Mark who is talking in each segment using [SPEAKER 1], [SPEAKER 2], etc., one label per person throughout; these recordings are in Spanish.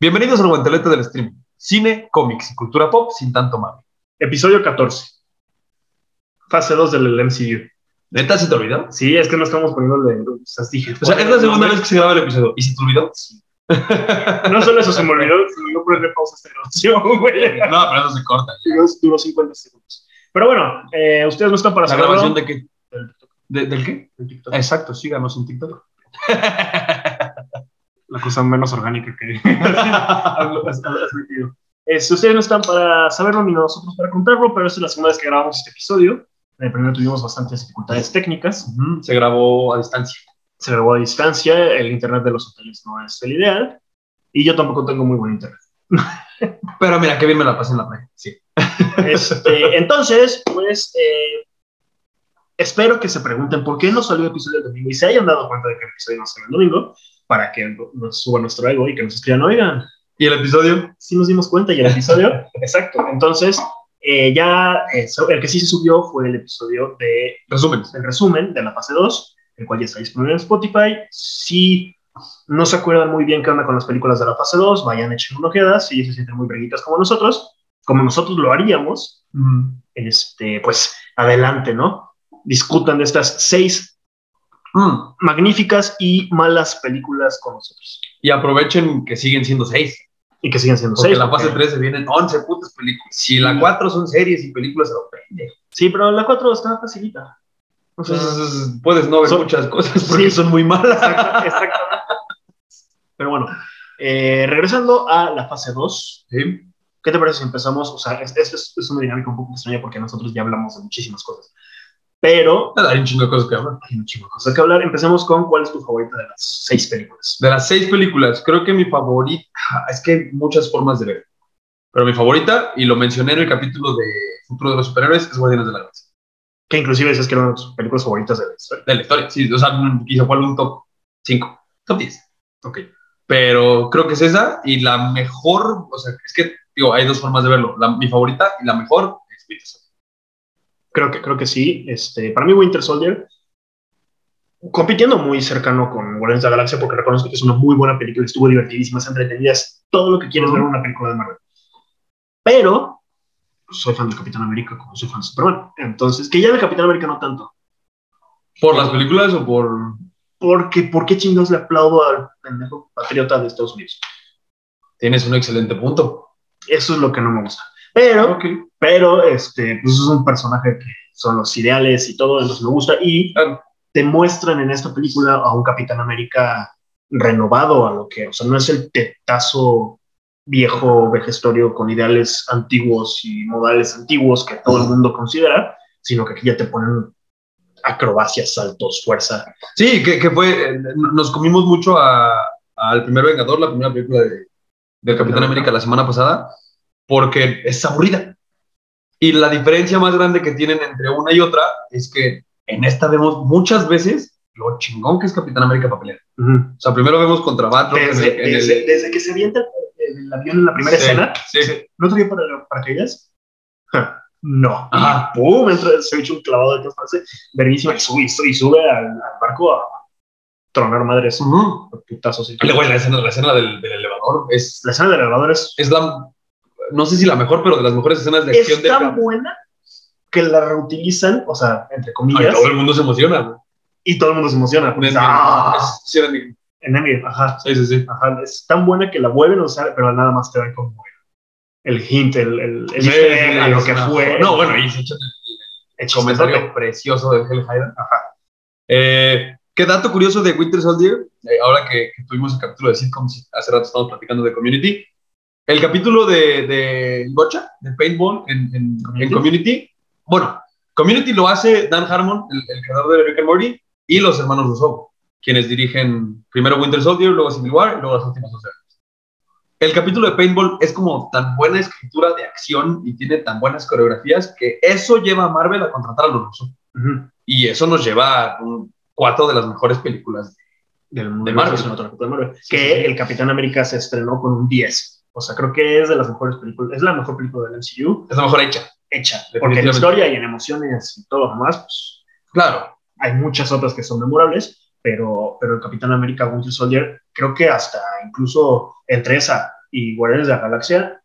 [SPEAKER 1] Bienvenidos al guantelete del stream. Cine, cómics y cultura pop sin tanto mame.
[SPEAKER 2] Episodio 14. Fase 2 del MCU.
[SPEAKER 1] ¿Neta se te olvidó?
[SPEAKER 2] Sí, es que no estamos poniendo el de. Las dije.
[SPEAKER 1] O sea, es la segunda vez que se graba el episodio. ¿Y se te olvidó? Sí.
[SPEAKER 2] No solo eso, se me olvidó, se me olvidó ponerle pausa a esta grabación, güey.
[SPEAKER 1] No, pero eso se corta. ya.
[SPEAKER 2] Duró 50 segundos. Pero bueno, eh, ustedes no están para
[SPEAKER 1] ¿La
[SPEAKER 2] saberlo.
[SPEAKER 1] grabación de qué? ¿De- ¿Del qué?
[SPEAKER 2] En TikTok.
[SPEAKER 1] Exacto, síganos en TikTok.
[SPEAKER 2] La cosa menos orgánica que has has metido. Eh, si ustedes no están para saberlo ni nosotros para contarlo, pero esta es la segunda vez que grabamos este episodio. En el primero tuvimos bastantes dificultades técnicas.
[SPEAKER 1] Ujú, Se grabó a distancia.
[SPEAKER 2] se grabó a distancia, el internet de los hoteles no es el ideal, y yo tampoco tengo muy buen internet.
[SPEAKER 1] Pero mira, qué bien me la pasé en la playa. Sí.
[SPEAKER 2] Este, entonces, pues, eh, espero que se pregunten por qué no salió el episodio el domingo y se hayan dado cuenta de que el episodio no salió el domingo, para que nos suba nuestro ego y que nos escriban, oigan,
[SPEAKER 1] ¿Y el episodio?
[SPEAKER 2] sí nos dimos cuenta y el episodio, exacto. Entonces, eh, ya eh, so- el que sí se subió fue el episodio de
[SPEAKER 1] Resumen.
[SPEAKER 2] el resumen de la fase 2, el cual ya está disponible en Spotify. Si no se acuerdan muy bien qué onda con las películas de la fase 2, vayan echen una ojeada, si se sienten muy breguitas como nosotros, como nosotros lo haríamos,
[SPEAKER 1] Mm.
[SPEAKER 2] este, pues adelante, ¿no? Discutan de estas seis
[SPEAKER 1] Mm.
[SPEAKER 2] magníficas y malas películas con nosotros.
[SPEAKER 1] Y aprovechen que siguen siendo seis.
[SPEAKER 2] Y que siguen siendo
[SPEAKER 1] Porque
[SPEAKER 2] seis.
[SPEAKER 1] en la
[SPEAKER 2] porque-
[SPEAKER 1] fase 3 se vienen 11 putas películas. Si la 4 son series y películas, se lo prende.
[SPEAKER 2] Sí, pero la 4 está facilita.
[SPEAKER 1] Ah.
[SPEAKER 2] Entonces,
[SPEAKER 1] Entonces, puedes no ver
[SPEAKER 2] Son-
[SPEAKER 1] muchas cosas porque
[SPEAKER 2] Sí.
[SPEAKER 1] son muy malas.
[SPEAKER 2] exacta- exactamente. Pero bueno, eh, regresando a la fase 2,
[SPEAKER 1] Sí.
[SPEAKER 2] ¿Qué te parece si empezamos? O sea, es, es, es- es una dinámica un poco extraña porque nosotros ya hablamos de muchísimas cosas. Pero
[SPEAKER 1] Hay un chingo de cosas que hablar.
[SPEAKER 2] hay un chingo de cosas que hablar. Empecemos con cuál es tu favorita de las seis películas.
[SPEAKER 1] De las seis películas, creo que mi favorita, es que hay muchas formas de ver, pero mi favorita, y lo mencioné en el capítulo de Futuro de los Superhéroes, es Guardianes de la Galaxia.
[SPEAKER 2] Que inclusive es que eran tus películas favoritas de la historia.
[SPEAKER 1] De la historia, sí, o sea, mm, quizá fue algún top 5, top 10. Ok. Pero creo que es esa, y la mejor, o sea, es que, digo, hay dos formas de verlo. La, mi favorita y la mejor es Winter Soldier.
[SPEAKER 2] Creo que, creo que sí. Este, para mí, Winter Soldier, compitiendo muy cercano con Guardianes de la Galaxia, porque reconozco que es una muy buena película, estuvo divertidísima, es entretenida, es todo lo que quieres
[SPEAKER 1] Ujú.
[SPEAKER 2] ver en una película de Marvel. Pero soy fan del Capitán América, como soy fan de Superman. Entonces, que ya el Capitán América no tanto.
[SPEAKER 1] ¿Por las películas o por...?
[SPEAKER 2] porque ¿por qué chingados le aplaudo al pendejo patriota de Estados Unidos?
[SPEAKER 1] Tienes un excelente punto.
[SPEAKER 2] Eso es lo que no me gusta. Pero,
[SPEAKER 1] Ok.
[SPEAKER 2] pero, este, pues es un personaje que son los ideales y todo, entonces me gusta. Y
[SPEAKER 1] Claro.
[SPEAKER 2] te muestran en esta película a un Capitán América renovado a lo que, o sea, no es el tetazo viejo vejestorio con ideales antiguos y modales antiguos que todo el mundo considera, sino que aquí ya te ponen acrobacias, saltos, fuerza.
[SPEAKER 1] Sí, que, que fue, eh, nos comimos mucho a- al primer Vengador, la primera película de, del Capitán América la semana pasada, porque es aburrida. Y la diferencia más grande que tienen entre una y otra es que en esta vemos muchas veces lo chingón que es Capitán América para pelear. O sea, primero vemos contra Batman
[SPEAKER 2] Desde, desde- desde que se avienta el, el avión en la primera escena, ¿no te dio para paracaídas? Ja, No.
[SPEAKER 1] Ajá.
[SPEAKER 2] Y ¡Pum! Entra, se echa un clavado de transparencia, verguísima, y sube, y sube, y sube al, al barco a tronar madres,
[SPEAKER 1] Ujú.
[SPEAKER 2] putazos. y-
[SPEAKER 1] Y luego en la escena, la escena del, del elevador es,
[SPEAKER 2] La escena del elevador es,
[SPEAKER 1] es la, no sé si la mejor, pero de las mejores escenas de acción
[SPEAKER 2] es
[SPEAKER 1] de
[SPEAKER 2] tan buena que la reutilizan, o sea, entre
[SPEAKER 1] Ay,
[SPEAKER 2] comillas,
[SPEAKER 1] todo el mundo se emociona. güey.
[SPEAKER 2] y todo el mundo se emociona. porque
[SPEAKER 1] Es-
[SPEAKER 2] dice, ¡Ah!
[SPEAKER 1] es- sí, era-
[SPEAKER 2] En Endgame, ajá,
[SPEAKER 1] Sí, sí, sí.
[SPEAKER 2] ajá, es tan buena que la vuelven a usar, pero nada más te dan como el hint, el, el, el
[SPEAKER 1] Sí,
[SPEAKER 2] easter egg a lo
[SPEAKER 1] es
[SPEAKER 2] que
[SPEAKER 1] una-
[SPEAKER 2] fue.
[SPEAKER 1] No, bueno, y se echan
[SPEAKER 2] El
[SPEAKER 1] el comentario precioso de Hell Hydra. Eh, Qué dato curioso de Winter Soldier, eh, ahora que, que tuvimos el capítulo de sitcoms, hace rato estábamos platicando de Community. El capítulo de, de Gocha, de Paintball en, en- en Community. Bueno, Community lo hace Dan Harmon, el, el creador de Rick and Morty, y los hermanos Russo, quienes dirigen primero Winter Soldier, luego Civil War, y luego las últimas dos series. El capítulo de Paintball es como tan buena escritura de acción y tiene tan buenas coreografías que eso lleva a Marvel a contratar a los rusos.
[SPEAKER 2] Ujú.
[SPEAKER 1] Y eso nos lleva a un- cuatro de las mejores películas.
[SPEAKER 2] del mundo
[SPEAKER 1] De Marvel.
[SPEAKER 2] que
[SPEAKER 1] sí, sí.
[SPEAKER 2] el Capitán América se estrenó con un 10. O sea, creo que es de las mejores películas, es la mejor película del MCU
[SPEAKER 1] Es la mejor hecha.
[SPEAKER 2] hecha. Porque en
[SPEAKER 1] Definitivamente.
[SPEAKER 2] historia y en emociones y todo lo demás, pues,
[SPEAKER 1] Claro.
[SPEAKER 2] hay muchas otras que son memorables, pero, pero el Capitán América Winter Soldier, creo que hasta incluso entre esa y Guardianes de la Galaxia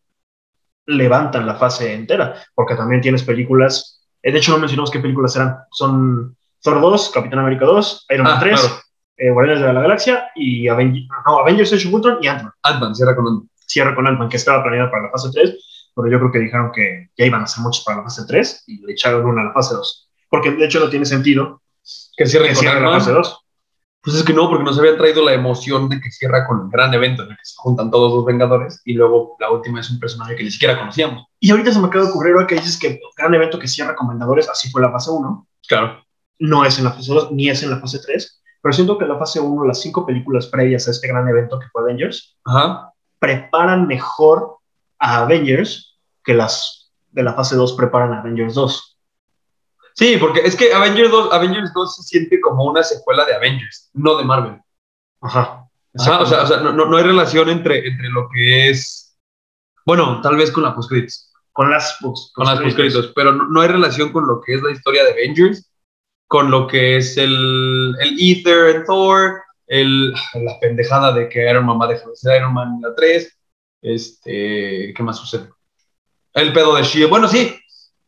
[SPEAKER 2] levantan la fase entera, porque también tienes películas, eh, de hecho no mencionamos qué películas eran, son Thor 2, Capitán América 2, Iron Man
[SPEAKER 1] Ah,
[SPEAKER 2] 3,
[SPEAKER 1] claro.
[SPEAKER 2] eh, Guardianes de la Galaxia y Aven- no, Avengers Age of Ultron y Ant-Man.
[SPEAKER 1] Ant-Man, cierra con Ant-Man.
[SPEAKER 2] Cierra con Ant-Man, que estaba planeada para la fase 3, pero yo creo que dijeron que ya iban a hacer muchos para la fase 3 y le echaron una a la fase 2. Porque de hecho no tiene sentido
[SPEAKER 1] Que cierre
[SPEAKER 2] que
[SPEAKER 1] con
[SPEAKER 2] cierre la
[SPEAKER 1] Ant-Man.
[SPEAKER 2] fase 2.
[SPEAKER 1] Pues es que no, porque nos había traído la emoción de que cierra con un gran evento en el que se juntan todos los Vengadores y luego la última es un personaje que ni siquiera conocíamos.
[SPEAKER 2] Y ahorita se me acaba de ocurrir ahora que dices que gran evento que cierra con Vengadores, así fue la fase 1,
[SPEAKER 1] Claro.
[SPEAKER 2] no es en la fase 2 ni es en la fase 3, pero siento que en la fase 1, las cinco películas previas a este gran evento que fue Avengers,
[SPEAKER 1] Ajá.
[SPEAKER 2] preparan mejor a Avengers que las de la fase 2 preparan a Avengers 2.
[SPEAKER 1] Sí, porque es que Avengers 2, Avengers 2 se siente como una secuela de Avengers, no de Marvel.
[SPEAKER 2] Ajá.
[SPEAKER 1] Ajá, o sea, o sea, no, no- no hay relación entre, entre lo que es. Bueno, tal vez con la postcréditos,
[SPEAKER 2] con las post-
[SPEAKER 1] con las
[SPEAKER 2] postcréditos.
[SPEAKER 1] postcréditos, pero no, no hay relación con lo que es la historia de Avengers, con lo que es el, el Ether en Thor, el, ah, la pendejada de que Iron Man va a dejar de ser Iron Man en la 3. Este, ¿qué más sucede? El pedo de Shield. Bueno, sí,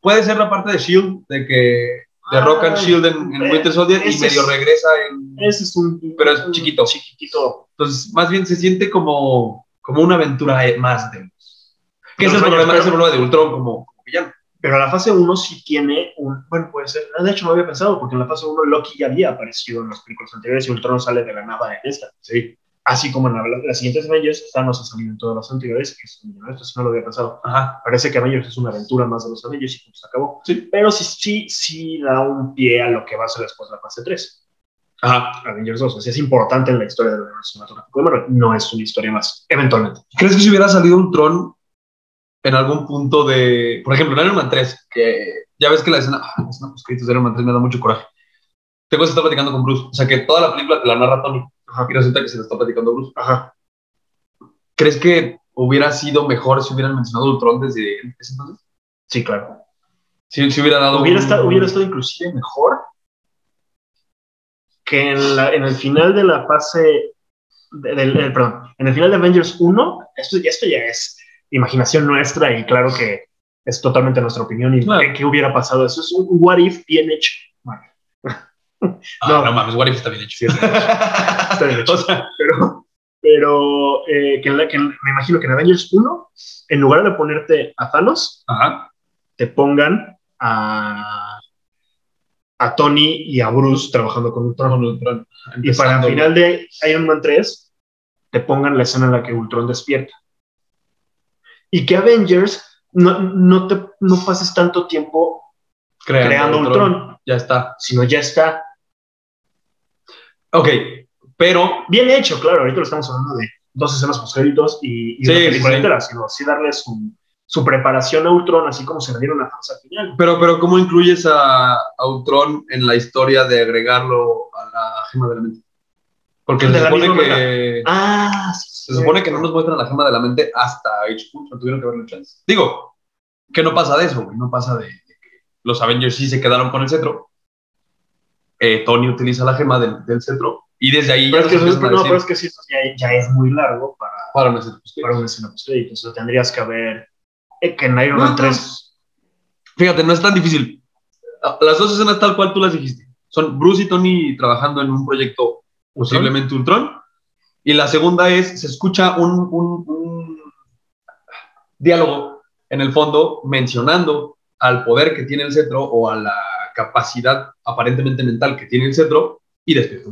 [SPEAKER 1] puede ser la parte de Shield, de que derrocan
[SPEAKER 2] Ay,
[SPEAKER 1] Shield en, en
[SPEAKER 2] eh,
[SPEAKER 1] Winter Soldier y
[SPEAKER 2] ese
[SPEAKER 1] medio
[SPEAKER 2] es-
[SPEAKER 1] regresa en.
[SPEAKER 2] Ese es un.
[SPEAKER 1] Pero es
[SPEAKER 2] un
[SPEAKER 1] chiquito.
[SPEAKER 2] Chiquitito.
[SPEAKER 1] Entonces, más bien se siente como, como una aventura eh, más de que
[SPEAKER 2] Pero
[SPEAKER 1] es el,
[SPEAKER 2] sueños,
[SPEAKER 1] problema,
[SPEAKER 2] pero-
[SPEAKER 1] es el problema de Ultron como, como villano.
[SPEAKER 2] Pero la fase 1 sí tiene un. Bueno, puede ser. ah, De hecho, no había pensado, porque en la fase 1 Loki ya había aparecido en las películas anteriores y Ultron sale de la nada en esta.
[SPEAKER 1] Sí.
[SPEAKER 2] Así como en la- las siguientes Avengers, Thanos ha salido en todas las anteriores. que es- no, Esto sí no lo había pensado.
[SPEAKER 1] Ajá.
[SPEAKER 2] Parece que Avengers es una aventura más de los Avengers y pues se acabó.
[SPEAKER 1] Sí.
[SPEAKER 2] Pero sí, sí, sí da un pie a lo que va a ser después la fase 3.
[SPEAKER 1] Ajá.
[SPEAKER 2] Avengers 2. O sea, es importante en la historia del universo cinematográfico de Marvel. No es una historia más, eventualmente.
[SPEAKER 1] ¿Crees que si hubiera salido Ultron en algún punto de. Por ejemplo, en Iron Man 3, que ya ves que la escena. ah, la escena poscritos de Iron Man 3 me da mucho coraje. Tengo que estar platicando con Bruce. O sea, que toda la película te la narra Tony
[SPEAKER 2] Ajá.
[SPEAKER 1] y resulta que se la está platicando Bruce.
[SPEAKER 2] Ajá.
[SPEAKER 1] ¿Crees que hubiera sido mejor si hubieran mencionado Ultron desde ese entonces?
[SPEAKER 2] Sí, claro.
[SPEAKER 1] Si, si hubiera dado.
[SPEAKER 2] Hubiera
[SPEAKER 1] un-
[SPEAKER 2] estado, hubiera estado inclusive mejor que en, la- en el final de la fase. de- del, eh, perdón, en el final de Avengers 1, esto, esto ya es imaginación nuestra y claro que es totalmente nuestra opinión y
[SPEAKER 1] Claro.
[SPEAKER 2] qué, qué hubiera pasado. Eso es un what if bien hecho. Bueno,
[SPEAKER 1] Ah,
[SPEAKER 2] no.
[SPEAKER 1] no. mames, What If está bien hecho.
[SPEAKER 2] Sí, está bien hecho.
[SPEAKER 1] o sea,
[SPEAKER 2] pero, pero eh, que, en la- que en- me imagino que en Avengers 1, en lugar de ponerte a Thanos,
[SPEAKER 1] Ajá.
[SPEAKER 2] te pongan a, a Tony y a Bruce trabajando con Ultron.
[SPEAKER 1] Ultron.
[SPEAKER 2] Y para el
[SPEAKER 1] Empezando-
[SPEAKER 2] final de Iron Man 3, te pongan la escena en la que Ultron despierta. Y que Avengers no, no, te, no pases tanto tiempo
[SPEAKER 1] creando,
[SPEAKER 2] creando
[SPEAKER 1] Ultron.
[SPEAKER 2] Ultron.
[SPEAKER 1] Ya está.
[SPEAKER 2] sino ya está
[SPEAKER 1] Ok, pero
[SPEAKER 2] bien hecho, claro. Ahorita lo estamos hablando de dos escenas postcréditos y, y
[SPEAKER 1] Sí,
[SPEAKER 2] una película
[SPEAKER 1] sí.
[SPEAKER 2] entera, sino así darle su, su preparación a Ultron, así como se le dieron a Thanos al final.
[SPEAKER 1] Pero, pero ¿cómo incluyes a, a Ultron en la historia de agregarlo a la gema de la mente? Porque
[SPEAKER 2] De
[SPEAKER 1] se
[SPEAKER 2] la
[SPEAKER 1] supone,
[SPEAKER 2] misma
[SPEAKER 1] que,
[SPEAKER 2] Ah,
[SPEAKER 1] se supone que no nos muestran la gema de la mente hasta Age Punto, tuvieron que verlo chance. Digo, que no pasa de eso, güey, no pasa de, de que los Avengers sí se quedaron con el cetro. Eh, Tony utiliza la gema del, del cetro y desde ahí
[SPEAKER 2] Pero es
[SPEAKER 1] nos
[SPEAKER 2] que, eso es-
[SPEAKER 1] empiezan a
[SPEAKER 2] no,
[SPEAKER 1] decir,
[SPEAKER 2] pero es que sí, eso ya, ya es muy largo para,
[SPEAKER 1] "Para una escena post-créditos".
[SPEAKER 2] para una escena post-crédito. Entonces tendrías que haber eh, que en Iron
[SPEAKER 1] No,
[SPEAKER 2] Man
[SPEAKER 1] no.
[SPEAKER 2] 3.
[SPEAKER 1] Fíjate, no es tan difícil. Ah, Las dos escenas tal cual tú las dijiste. Son Bruce y Tony trabajando en un proyecto, posiblemente Ultron. Y la segunda es, se escucha un, un- un diálogo en el fondo mencionando al poder que tiene el cetro o a la capacidad aparentemente mental que tiene el cetro y despierta.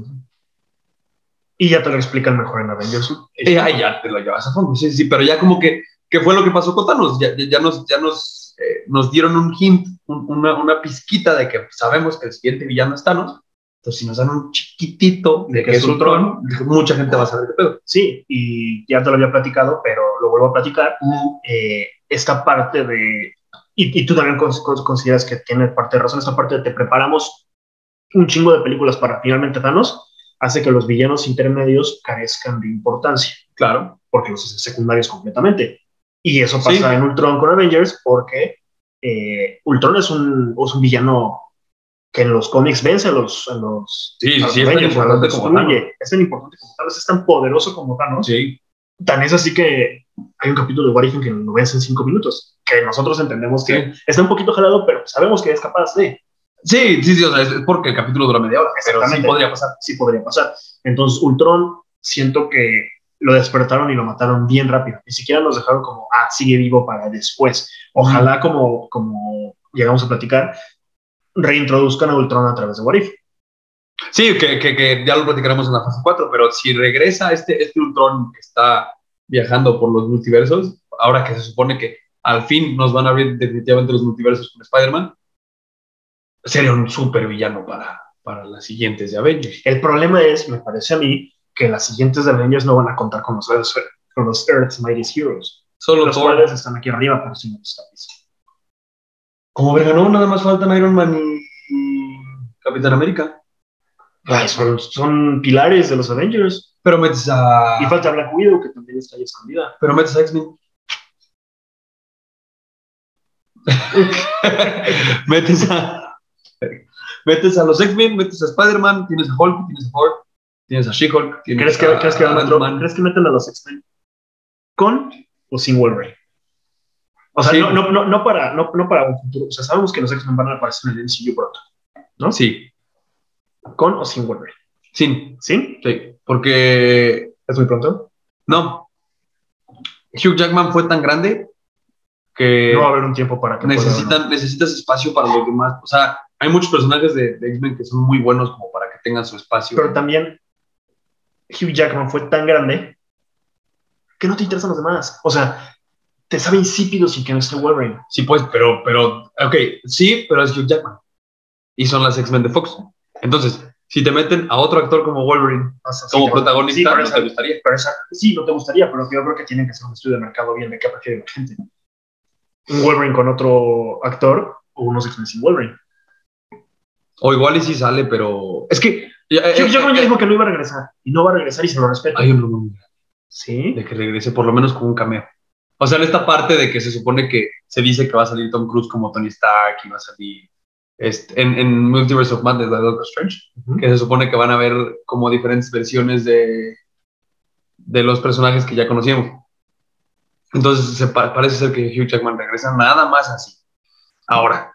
[SPEAKER 2] Y ya te lo explican mejor en Avengers.
[SPEAKER 1] Eh, ay, ya te lo llevas a fondo, sí, sí, pero ya como que, que fue lo que pasó con Thanos, ya, ya- ya nos, ya nos, eh, nos dieron un hint, un- una, una pizquita de que sabemos que el siguiente villano es Thanos, entonces si nos dan un chiquitito de, que, es un tron, mucha gente va a saber qué pedo.
[SPEAKER 2] Sí, y ya te lo había platicado, pero lo vuelvo a platicar. eh, esta parte de. Y, y tú también cons- cons- consideras que tiene parte de razón. Esta parte de te preparamos un chingo de películas para finalmente Thanos hace que los villanos intermedios carezcan de importancia.
[SPEAKER 1] Claro,
[SPEAKER 2] porque los hace secundarios completamente. Y eso pasa
[SPEAKER 1] Sí.
[SPEAKER 2] en Ultron con Avengers porque eh, Ultron es un, es un villano que en los cómics vence a los, a los,
[SPEAKER 1] sí,
[SPEAKER 2] a los
[SPEAKER 1] sí, es tan
[SPEAKER 2] Avengers, a los
[SPEAKER 1] importante como
[SPEAKER 2] destruye. Es tan importante como Thanos, es tan poderoso como Thanos.
[SPEAKER 1] sí,
[SPEAKER 2] Tan es así que hay un capítulo de Warrior que lo ves en cinco minutos, que nosotros entendemos que está un poquito jalado, pero sabemos que es capaz de.
[SPEAKER 1] Sí, sí, sí, o sea, es porque el capítulo dura media hora, pero sí
[SPEAKER 2] Exactamente.
[SPEAKER 1] podría pasar.
[SPEAKER 2] Sí podría pasar. Entonces, Ultron, siento que lo despertaron y lo mataron bien rápido. Ni siquiera nos dejaron como, ah, sigue vivo para después. Ojalá, como, como llegamos a platicar, reintroduzcan a Ultron a través de Warif.
[SPEAKER 1] Sí, que, que, que ya lo platicaremos en la fase 4, pero si regresa este, este Ultron que está viajando por los multiversos, ahora que se supone que al fin nos van a abrir definitivamente los multiversos con Spider-Man, sería un súper villano para, para las siguientes de Avengers.
[SPEAKER 2] El problema es, me parece a mí, que las siguientes de Avengers no van a contar con los, Earth's- con los Earth's Mightiest Heroes.
[SPEAKER 1] Solo
[SPEAKER 2] Los
[SPEAKER 1] Thor.
[SPEAKER 2] cuales están aquí arriba, pero sí no están.
[SPEAKER 1] Como verga, no, nada más faltan Iron Man y- y Capitán América.
[SPEAKER 2] Ay, son, son pilares de los Avengers.
[SPEAKER 1] Pero metes
[SPEAKER 2] Y
[SPEAKER 1] a.
[SPEAKER 2] falta Black Widow, que también está ahí escondida.
[SPEAKER 1] Pero metes a X-Men. metes a. Metes a los X-Men, metes a Spider-Man, tienes a Hulk, tienes a Thor, tienes a She-Hulk, tienes
[SPEAKER 2] ¿Crees que,
[SPEAKER 1] a.
[SPEAKER 2] crees que van a
[SPEAKER 1] Ant-Man.
[SPEAKER 2] otro- crees que meten a los X-Men con o sin Wolverine? O sea,
[SPEAKER 1] Sí.
[SPEAKER 2] no, no, no, no para, no, no para un futuro. O sea, sabemos que los X-Men van a aparecer en el MCU pronto.
[SPEAKER 1] Sí,
[SPEAKER 2] ¿Con o sin Wolverine?
[SPEAKER 1] sí,
[SPEAKER 2] ¿Sí?
[SPEAKER 1] sí. Porque.
[SPEAKER 2] ¿Es muy pronto?
[SPEAKER 1] No. Hugh Jackman fue tan grande que.
[SPEAKER 2] No va a haber un tiempo para que pueda-
[SPEAKER 1] Eh, necesitan, necesitas espacio para los demás. O sea, hay muchos personajes de, de X-Men que son muy buenos como para que tengan su espacio.
[SPEAKER 2] Pero también Hugh Jackman fue tan grande que no te interesan los demás. O sea, te sabe insípido sin que no esté Wolverine.
[SPEAKER 1] sí, pues, pero, pero, ok, sí, pero es Hugh Jackman. Y son las X-Men de Fox. Entonces, si te meten a otro actor como Wolverine
[SPEAKER 2] O sea, sí,
[SPEAKER 1] como
[SPEAKER 2] te-
[SPEAKER 1] protagonista,
[SPEAKER 2] sí, pero
[SPEAKER 1] no
[SPEAKER 2] esa-
[SPEAKER 1] te gustaría.
[SPEAKER 2] pero esa- sí, no te gustaría, pero yo creo que tienen que hacer un estudio de mercado bien de qué prefiere la gente. Un Wolverine con otro actor o unos X-Men sin Wolverine.
[SPEAKER 1] O igual y si sale, pero. Es que. ya- eh,
[SPEAKER 2] Hugh
[SPEAKER 1] eh,
[SPEAKER 2] Jackman ya
[SPEAKER 1] eh,
[SPEAKER 2] dijo que no iba a regresar y no va a regresar y se lo respeto.
[SPEAKER 1] hay un rumor muy grande
[SPEAKER 2] Sí.
[SPEAKER 1] de que regrese por lo menos con un cameo. O sea, en esta parte de que se supone que se dice que va a salir Tom Cruise como Tony Stark y va a salir este, en, en Multiverse of Madness de Doctor Strange. que se supone que van a ver como diferentes versiones de, de los personajes que ya conocíamos. Entonces se pa- parece ser que Hugh Jackman regresa nada más así. Ahora,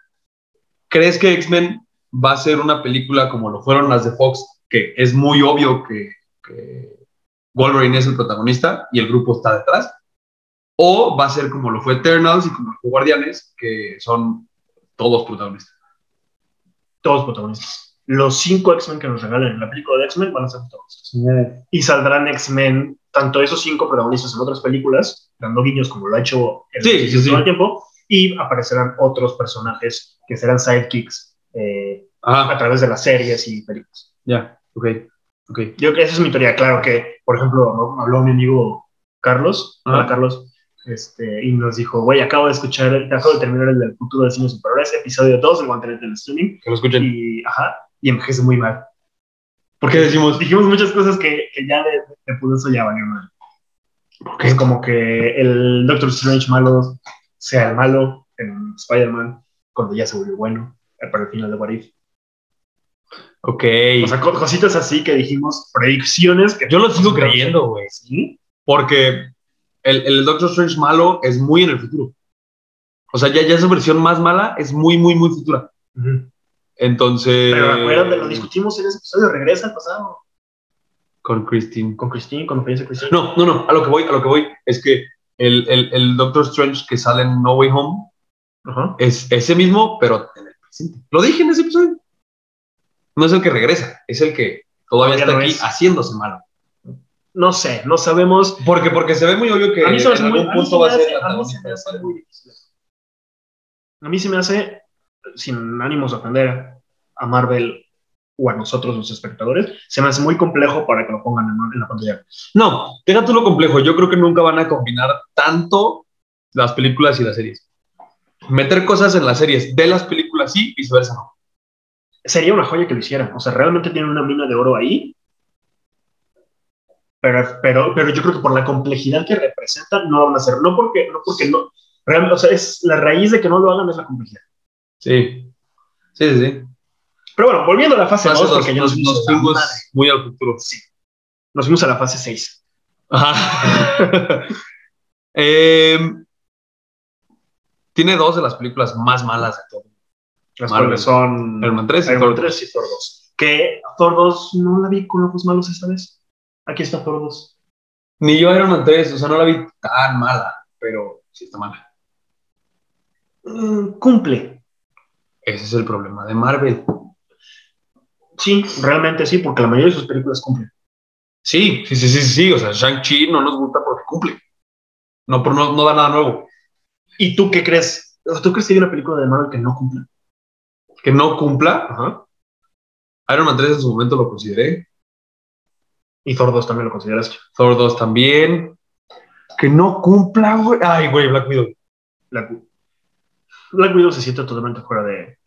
[SPEAKER 1] ¿crees que X-Men va a ser una película como lo fueron las de Fox, que es muy obvio que, que Wolverine es el protagonista y el grupo está detrás? ¿O va a ser como lo fue Eternals y como lo fue Guardianes, que son todos protagonistas?
[SPEAKER 2] Todos protagonistas. Los cinco X-Men que nos regalen en la película de X-Men van a ser protagonistas. y saldrán X-Men, tanto esos cinco protagonistas en otras películas, dando guiños como lo ha hecho el
[SPEAKER 1] Sí, sí, sí.
[SPEAKER 2] todo el tiempo, y aparecerán otros personajes que serán sidekicks eh, a
[SPEAKER 1] Ajá,
[SPEAKER 2] través de las series y películas.
[SPEAKER 1] ya, ok, ok.
[SPEAKER 2] Yo creo que esa es mi teoría, claro que, por ejemplo, ¿no? habló mi amigo Carlos,
[SPEAKER 1] Ajá.
[SPEAKER 2] hola, Carlos, este, y nos dijo, güey, acabo de escuchar, acabo de terminar el del futuro de Cine Superhéroes, episodio 2 del Guantelete del Streaming,
[SPEAKER 1] Que lo escuchen.
[SPEAKER 2] y, ajá, y envejece muy mal.
[SPEAKER 1] ¿Por qué decimos?
[SPEAKER 2] Dijimos muchas cosas que, que ya de, de pudo eso ya valió mal. Porque es como que el Doctor Strange malo sea el malo en Spider-Man cuando ya se volvió bueno eh, para el final de What If.
[SPEAKER 1] Ok.
[SPEAKER 2] O sea, co- cositas así que dijimos, predicciones que
[SPEAKER 1] yo lo sigo creyendo, güey.
[SPEAKER 2] ¿Sí?
[SPEAKER 1] Porque el, el Doctor Strange malo es muy en el futuro. O sea, ya, ya su versión más mala es muy, muy, muy futura. Entonces.
[SPEAKER 2] Pero acuérdate, lo discutimos en ese episodio, regresa al pasado.
[SPEAKER 1] Con Christine.
[SPEAKER 2] Con Christine, cuando fallece Christine.
[SPEAKER 1] No, no, no. A lo que voy, a lo que voy es que el, el- el Doctor Strange que sale en No Way Home
[SPEAKER 2] Ajá.
[SPEAKER 1] es ese mismo, pero en el presente. Lo dije en ese episodio. No es el que regresa, es el que todavía
[SPEAKER 2] Todavía
[SPEAKER 1] está
[SPEAKER 2] no
[SPEAKER 1] aquí
[SPEAKER 2] es.
[SPEAKER 1] haciéndose malo.
[SPEAKER 2] No sé, no sabemos.
[SPEAKER 1] Porque, porque se ve muy obvio que
[SPEAKER 2] a mí se me hace
[SPEAKER 1] en
[SPEAKER 2] muy-
[SPEAKER 1] algún
[SPEAKER 2] a mí se
[SPEAKER 1] punto
[SPEAKER 2] me
[SPEAKER 1] va a ser
[SPEAKER 2] hace-
[SPEAKER 1] la
[SPEAKER 2] a mí se me hace
[SPEAKER 1] protagonista.
[SPEAKER 2] muy difícil. A mí se me hace, sin ánimos de ofender a Marvel o a nosotros los espectadores, se me hace muy complejo para que lo pongan en, en la pantalla.
[SPEAKER 1] No, deja tú lo complejo. Yo creo que nunca van a combinar tanto las películas y las series. Meter cosas en las series de las películas sí, viceversa no.
[SPEAKER 2] Sería una joya que lo hicieran. O sea, realmente tienen una mina de oro ahí. Pero, pero, pero yo creo que por la complejidad que representan, no lo van a hacer. No porque no. Porque no realmente, o sea, es la raíz de que no lo hagan es la complejidad.
[SPEAKER 1] Sí. Sí, sí, sí.
[SPEAKER 2] Pero bueno, volviendo a la fase
[SPEAKER 1] Fase
[SPEAKER 2] 2,
[SPEAKER 1] dos,
[SPEAKER 2] porque ya
[SPEAKER 1] nos,
[SPEAKER 2] nos,
[SPEAKER 1] nos
[SPEAKER 2] fuimos a la
[SPEAKER 1] fuimos
[SPEAKER 2] madre.
[SPEAKER 1] muy al futuro.
[SPEAKER 2] Nos fuimos a la fase 6.
[SPEAKER 1] Ajá. Eh, tiene dos de las películas más malas de todo.
[SPEAKER 2] Las
[SPEAKER 1] Marvel.
[SPEAKER 2] cuales son
[SPEAKER 1] Iron Man 3 y
[SPEAKER 2] Iron Man
[SPEAKER 1] Thor
[SPEAKER 2] 3 y Thor 2. Que Thor 2 no la vi con ojos malos esa vez. Aquí está Thor 2.
[SPEAKER 1] Ni yo Iron Man 3, o sea, no la vi tan mala, pero sí está mala.
[SPEAKER 2] Mm, cumple.
[SPEAKER 1] Ese es el problema de Marvel.
[SPEAKER 2] Sí, realmente sí, porque la mayoría de sus películas cumplen.
[SPEAKER 1] Sí, sí, sí, sí, sí. O sea, Shang-Chi no nos gusta porque cumple. No, por- no, no da nada nuevo.
[SPEAKER 2] ¿Y tú qué crees? ¿Tú crees que hay una película de Marvel que no cumple?
[SPEAKER 1] Que no cumpla.
[SPEAKER 2] Ajá.
[SPEAKER 1] Iron Man 3 en su momento lo consideré.
[SPEAKER 2] Y Thor 2 también lo consideraste.
[SPEAKER 1] Thor 2 también. Que no cumpla, güey. Ay, güey, Black Widow.
[SPEAKER 2] Black, Widow. Black Widow se siente totalmente fuera de.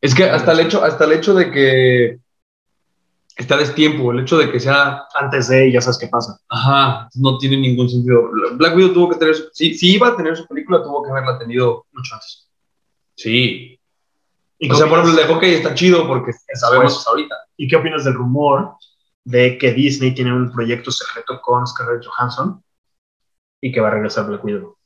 [SPEAKER 1] Es que hasta el hecho, hasta el hecho de que está a destiempo, el hecho de que sea
[SPEAKER 2] Antes de, ya sabes qué pasa.
[SPEAKER 1] Ajá, no tiene ningún sentido. Black Widow tuvo que tener su. Si, si iba a tener su película, tuvo que haberla tenido mucho antes. Sí.
[SPEAKER 2] ¿Y
[SPEAKER 1] O
[SPEAKER 2] qué
[SPEAKER 1] sea, por
[SPEAKER 2] opinas-
[SPEAKER 1] ejemplo, el de Hawkeye está chido porque pues, sabemos ahorita.
[SPEAKER 2] ¿Y qué opinas del rumor de que Disney tiene un proyecto secreto con Scarlett Johansson y que va a regresar Black Widow?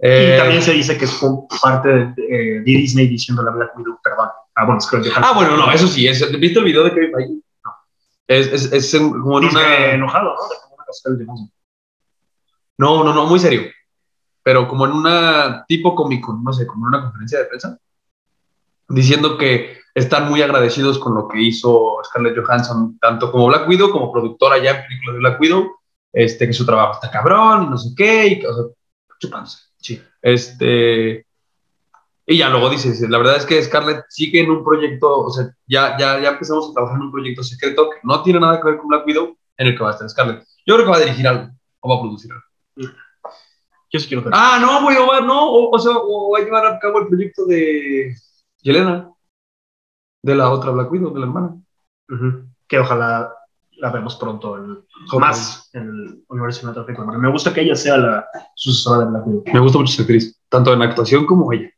[SPEAKER 1] Eh,
[SPEAKER 2] y también se dice que es por parte de, eh, de Disney diciéndole a Black Widow, perdón. Ah, bueno, Scarlett Johansson.
[SPEAKER 1] Ah, bueno, no, eso sí. es- ¿Viste el video de Kevin Feige? No. Es, es, es en- como en
[SPEAKER 2] Disney
[SPEAKER 1] una.
[SPEAKER 2] enojado, ¿no? De cómo va a Scarlett Johansson.
[SPEAKER 1] No, no, no, muy serio. Pero como en una tipo cómico, no sé, como en una conferencia de prensa, diciendo que están muy agradecidos con lo que hizo Scarlett Johansson, tanto como Black Widow, como productora ya en películas de Black Widow, este, que su trabajo está cabrón, y no sé qué, y que, o sea, chupándose.
[SPEAKER 2] Sí.
[SPEAKER 1] Este, y ya luego dice, dice, la verdad es que Scarlett sigue en un proyecto, o sea, ya, ya, ya empezamos a trabajar en un proyecto secreto que no tiene nada que ver con Black Widow, en el que va a estar Scarlett. Yo creo que va a dirigir algo, o va a producir algo.
[SPEAKER 2] Yo sí quiero ver.
[SPEAKER 1] Ah, no, güey, o va, no, o, o sea, o va a llevar a cabo el proyecto de Yelena, de la otra Black Widow, de la hermana. Ah.
[SPEAKER 2] Ujú. Que ojalá la vemos pronto en, más en el universo cinematográfico. Porque Me gusta que ella sea la sucesora de Black Widow.
[SPEAKER 1] Me gusta mucho esa actriz, tanto en actuación como ella.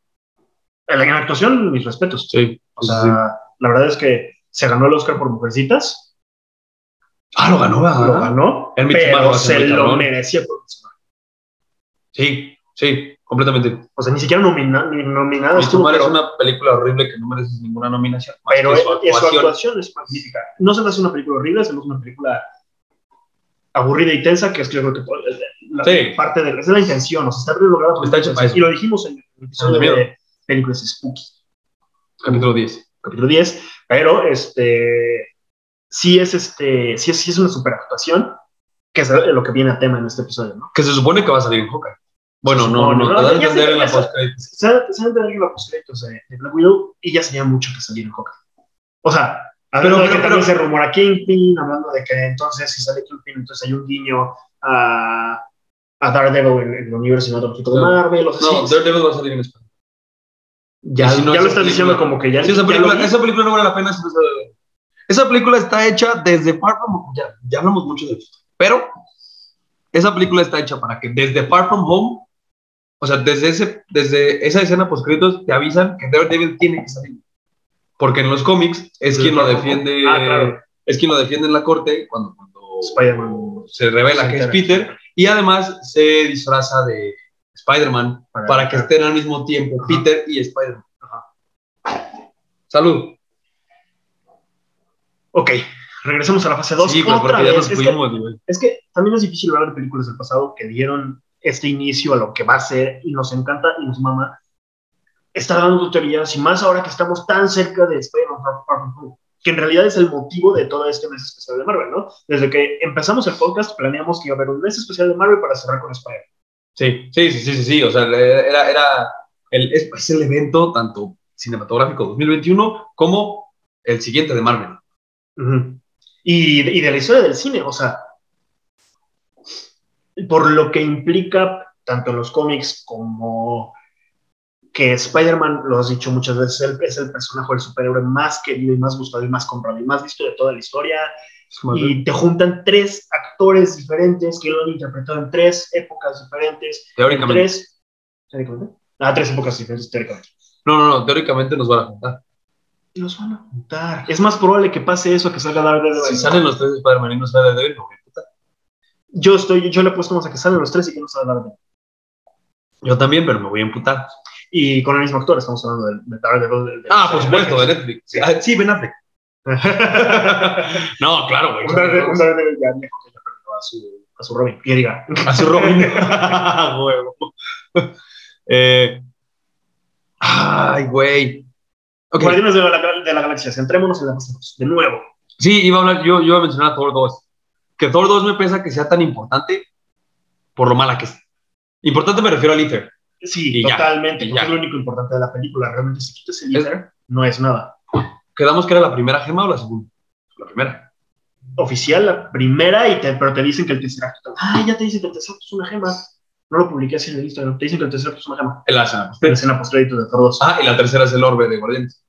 [SPEAKER 2] En la en actuación, mis respetos.
[SPEAKER 1] Sí.
[SPEAKER 2] O sea, la verdad es que se ganó el Oscar por Mujercitas,
[SPEAKER 1] Ah, lo ganó, ¿verdad?
[SPEAKER 2] lo ganó,
[SPEAKER 1] El Mickey
[SPEAKER 2] pero
[SPEAKER 1] Mouse,
[SPEAKER 2] se
[SPEAKER 1] el
[SPEAKER 2] lo
[SPEAKER 1] cabrón.
[SPEAKER 2] merecía. por Midsommar.
[SPEAKER 1] Sí, sí, completamente.
[SPEAKER 2] O sea, ni siquiera nomina- ni nominado
[SPEAKER 1] Mi
[SPEAKER 2] Ah, estuvo,
[SPEAKER 1] Tumar es
[SPEAKER 2] pero,
[SPEAKER 1] una película horrible que no merece ninguna nominación. más
[SPEAKER 2] pero
[SPEAKER 1] que
[SPEAKER 2] es-
[SPEAKER 1] su
[SPEAKER 2] su actuación.
[SPEAKER 1] actuación.
[SPEAKER 2] es magnífica. No se me hace una película horrible, se me hace una película aburrida y tensa, que es creo que pues, la
[SPEAKER 1] Sí.
[SPEAKER 2] parte de es la intención, o sea, está bien logrado.
[SPEAKER 1] Está hecho para eso.
[SPEAKER 2] y lo dijimos en el episodio
[SPEAKER 1] De miedo.
[SPEAKER 2] de películas spooky.
[SPEAKER 1] Capítulo 10.
[SPEAKER 2] capítulo 10, pero este sí es este sí es, sí es una superactuación que es lo que viene a tema en este episodio, ¿no?
[SPEAKER 1] Que se supone que va a salir en Hawkeye. Bueno,
[SPEAKER 2] Se
[SPEAKER 1] no,
[SPEAKER 2] supone,
[SPEAKER 1] no, te
[SPEAKER 2] ¿no?
[SPEAKER 1] dan a
[SPEAKER 2] Ya
[SPEAKER 1] entender
[SPEAKER 2] sé,
[SPEAKER 1] en la
[SPEAKER 2] ya sé.
[SPEAKER 1] post
[SPEAKER 2] Se han se han tenido los créditos de, de Black Widow y ya sería mucho que salir en Hawkeye. O sea, hablando
[SPEAKER 1] Pero-
[SPEAKER 2] de que
[SPEAKER 1] pero-
[SPEAKER 2] también
[SPEAKER 1] pero-
[SPEAKER 2] se rumora Kingpin, hablando de que entonces si sale Kingpin, entonces hay un guiño a, a Daredevil en, en el universo cinematográfico de
[SPEAKER 1] No.
[SPEAKER 2] Marvel, o sea,
[SPEAKER 1] No,
[SPEAKER 2] sí,
[SPEAKER 1] Daredevil va a salir en España.
[SPEAKER 2] ya,
[SPEAKER 1] si no, esa
[SPEAKER 2] ya lo estás
[SPEAKER 1] película-
[SPEAKER 2] diciendo como que ya,
[SPEAKER 1] Sí, esa
[SPEAKER 2] ya
[SPEAKER 1] película,
[SPEAKER 2] lo vi.
[SPEAKER 1] esa película no vale la pena. si no se- Esa película está hecha desde Far From Home. Ya, ya hablamos mucho de eso. Pero esa película está hecha para que desde Far From Home, o sea, desde, ese, desde esa escena post créditos, te avisan que Daredevil tiene que salir. Porque en los cómics es
[SPEAKER 2] Desde
[SPEAKER 1] quien lo
[SPEAKER 2] Far From Home.
[SPEAKER 1] defiende.
[SPEAKER 2] Ah, claro.
[SPEAKER 1] Es quien lo defiende en la corte cuando, cuando
[SPEAKER 2] Spider-Man
[SPEAKER 1] se revela que es
[SPEAKER 2] entera.
[SPEAKER 1] Peter. Y además se disfraza de Spider-Man
[SPEAKER 2] Para-
[SPEAKER 1] para que estén al mismo tiempo
[SPEAKER 2] Ajá.
[SPEAKER 1] Peter y Spider-Man.
[SPEAKER 2] Ajá.
[SPEAKER 1] Salud.
[SPEAKER 2] Ok, regresemos a la fase 2.
[SPEAKER 1] Sí, güey, porque ya nos
[SPEAKER 2] es que-
[SPEAKER 1] fuimos, güey.
[SPEAKER 2] Es que también es difícil hablar de películas del pasado que dieron este inicio a lo que va a ser y nos encanta y nos mama. Está dando teorías y más ahora que estamos tan cerca de Spider-Man Far From Home, que en realidad es el motivo de todo este mes especial de Marvel, ¿no? Desde que empezamos el podcast planeamos que iba a haber un mes especial de Marvel para cerrar con Spider-Man.
[SPEAKER 1] Sí, sí, sí, sí, sí, sí, O sea, le- era, era el, es, es el evento tanto cinematográfico 2021 como el siguiente de Marvel.
[SPEAKER 2] y, y de la historia del cine, o sea, por lo que implica tanto en los cómics como que Spider-Man, lo has dicho muchas veces, él es el personaje o el superhéroe más querido y más gustado y más comprado y más visto de toda la historia. Y te juntan tres actores diferentes que lo han interpretado en tres épocas diferentes. en
[SPEAKER 1] teóricamente.
[SPEAKER 2] Tres, ¿teóricamente? Ah, tres épocas diferentes, teóricamente.
[SPEAKER 1] No, no, no, teóricamente nos van a juntar.
[SPEAKER 2] Y los van a juntar. Es más probable que pase eso a que salga Daredevil.
[SPEAKER 1] Si salen los tres Spider-Man y no sale Daredevil, no, güey, puta.
[SPEAKER 2] Yo estoy, yo le he puesto más a que salen los tres y que no sale Daredevil.
[SPEAKER 1] Yo también, pero me voy a emputar.
[SPEAKER 2] Y con el mismo actor, estamos hablando del, del Daredevil. del- del-
[SPEAKER 1] Ah, por
[SPEAKER 2] del-
[SPEAKER 1] supuesto, de Netflix. Sí, ah, sí, Ben Affleck. no, claro,
[SPEAKER 2] Un Daredevil un
[SPEAKER 1] güey.
[SPEAKER 2] Daredevil ya viejo que ya perdió a su, a su Robin. Y diga,
[SPEAKER 1] Así Robin. Huevo. Eh, ay, güey. Ok,
[SPEAKER 2] Guardianes de la, de la Galaxia, centrémonos en la fase dos, de nuevo.
[SPEAKER 1] Sí, iba a hablar, yo, yo iba a mencionar a Thor 2. Que Thor 2 me pesa que sea tan importante por lo mala que es. Importante me refiero al Ether.
[SPEAKER 2] Sí,
[SPEAKER 1] Y ya,
[SPEAKER 2] totalmente.
[SPEAKER 1] y
[SPEAKER 2] porque
[SPEAKER 1] ya.
[SPEAKER 2] Es lo único importante de la película. Realmente, si quitas el
[SPEAKER 1] Es-
[SPEAKER 2] líder, no es nada.
[SPEAKER 1] ¿Quedamos que era la primera gema o la segunda? La primera.
[SPEAKER 2] Oficial, la primera, y te, pero te dicen que el Tesseract. Ah, ya te dicen que el Tesseract es una gema. No lo publiqué así en el Instagram. Te dicen que el Tesseract es una gema.
[SPEAKER 1] El Asana.
[SPEAKER 2] La escena post-crédito de Thor 2.
[SPEAKER 1] Ah, y la tercera es el orbe de Guardianes.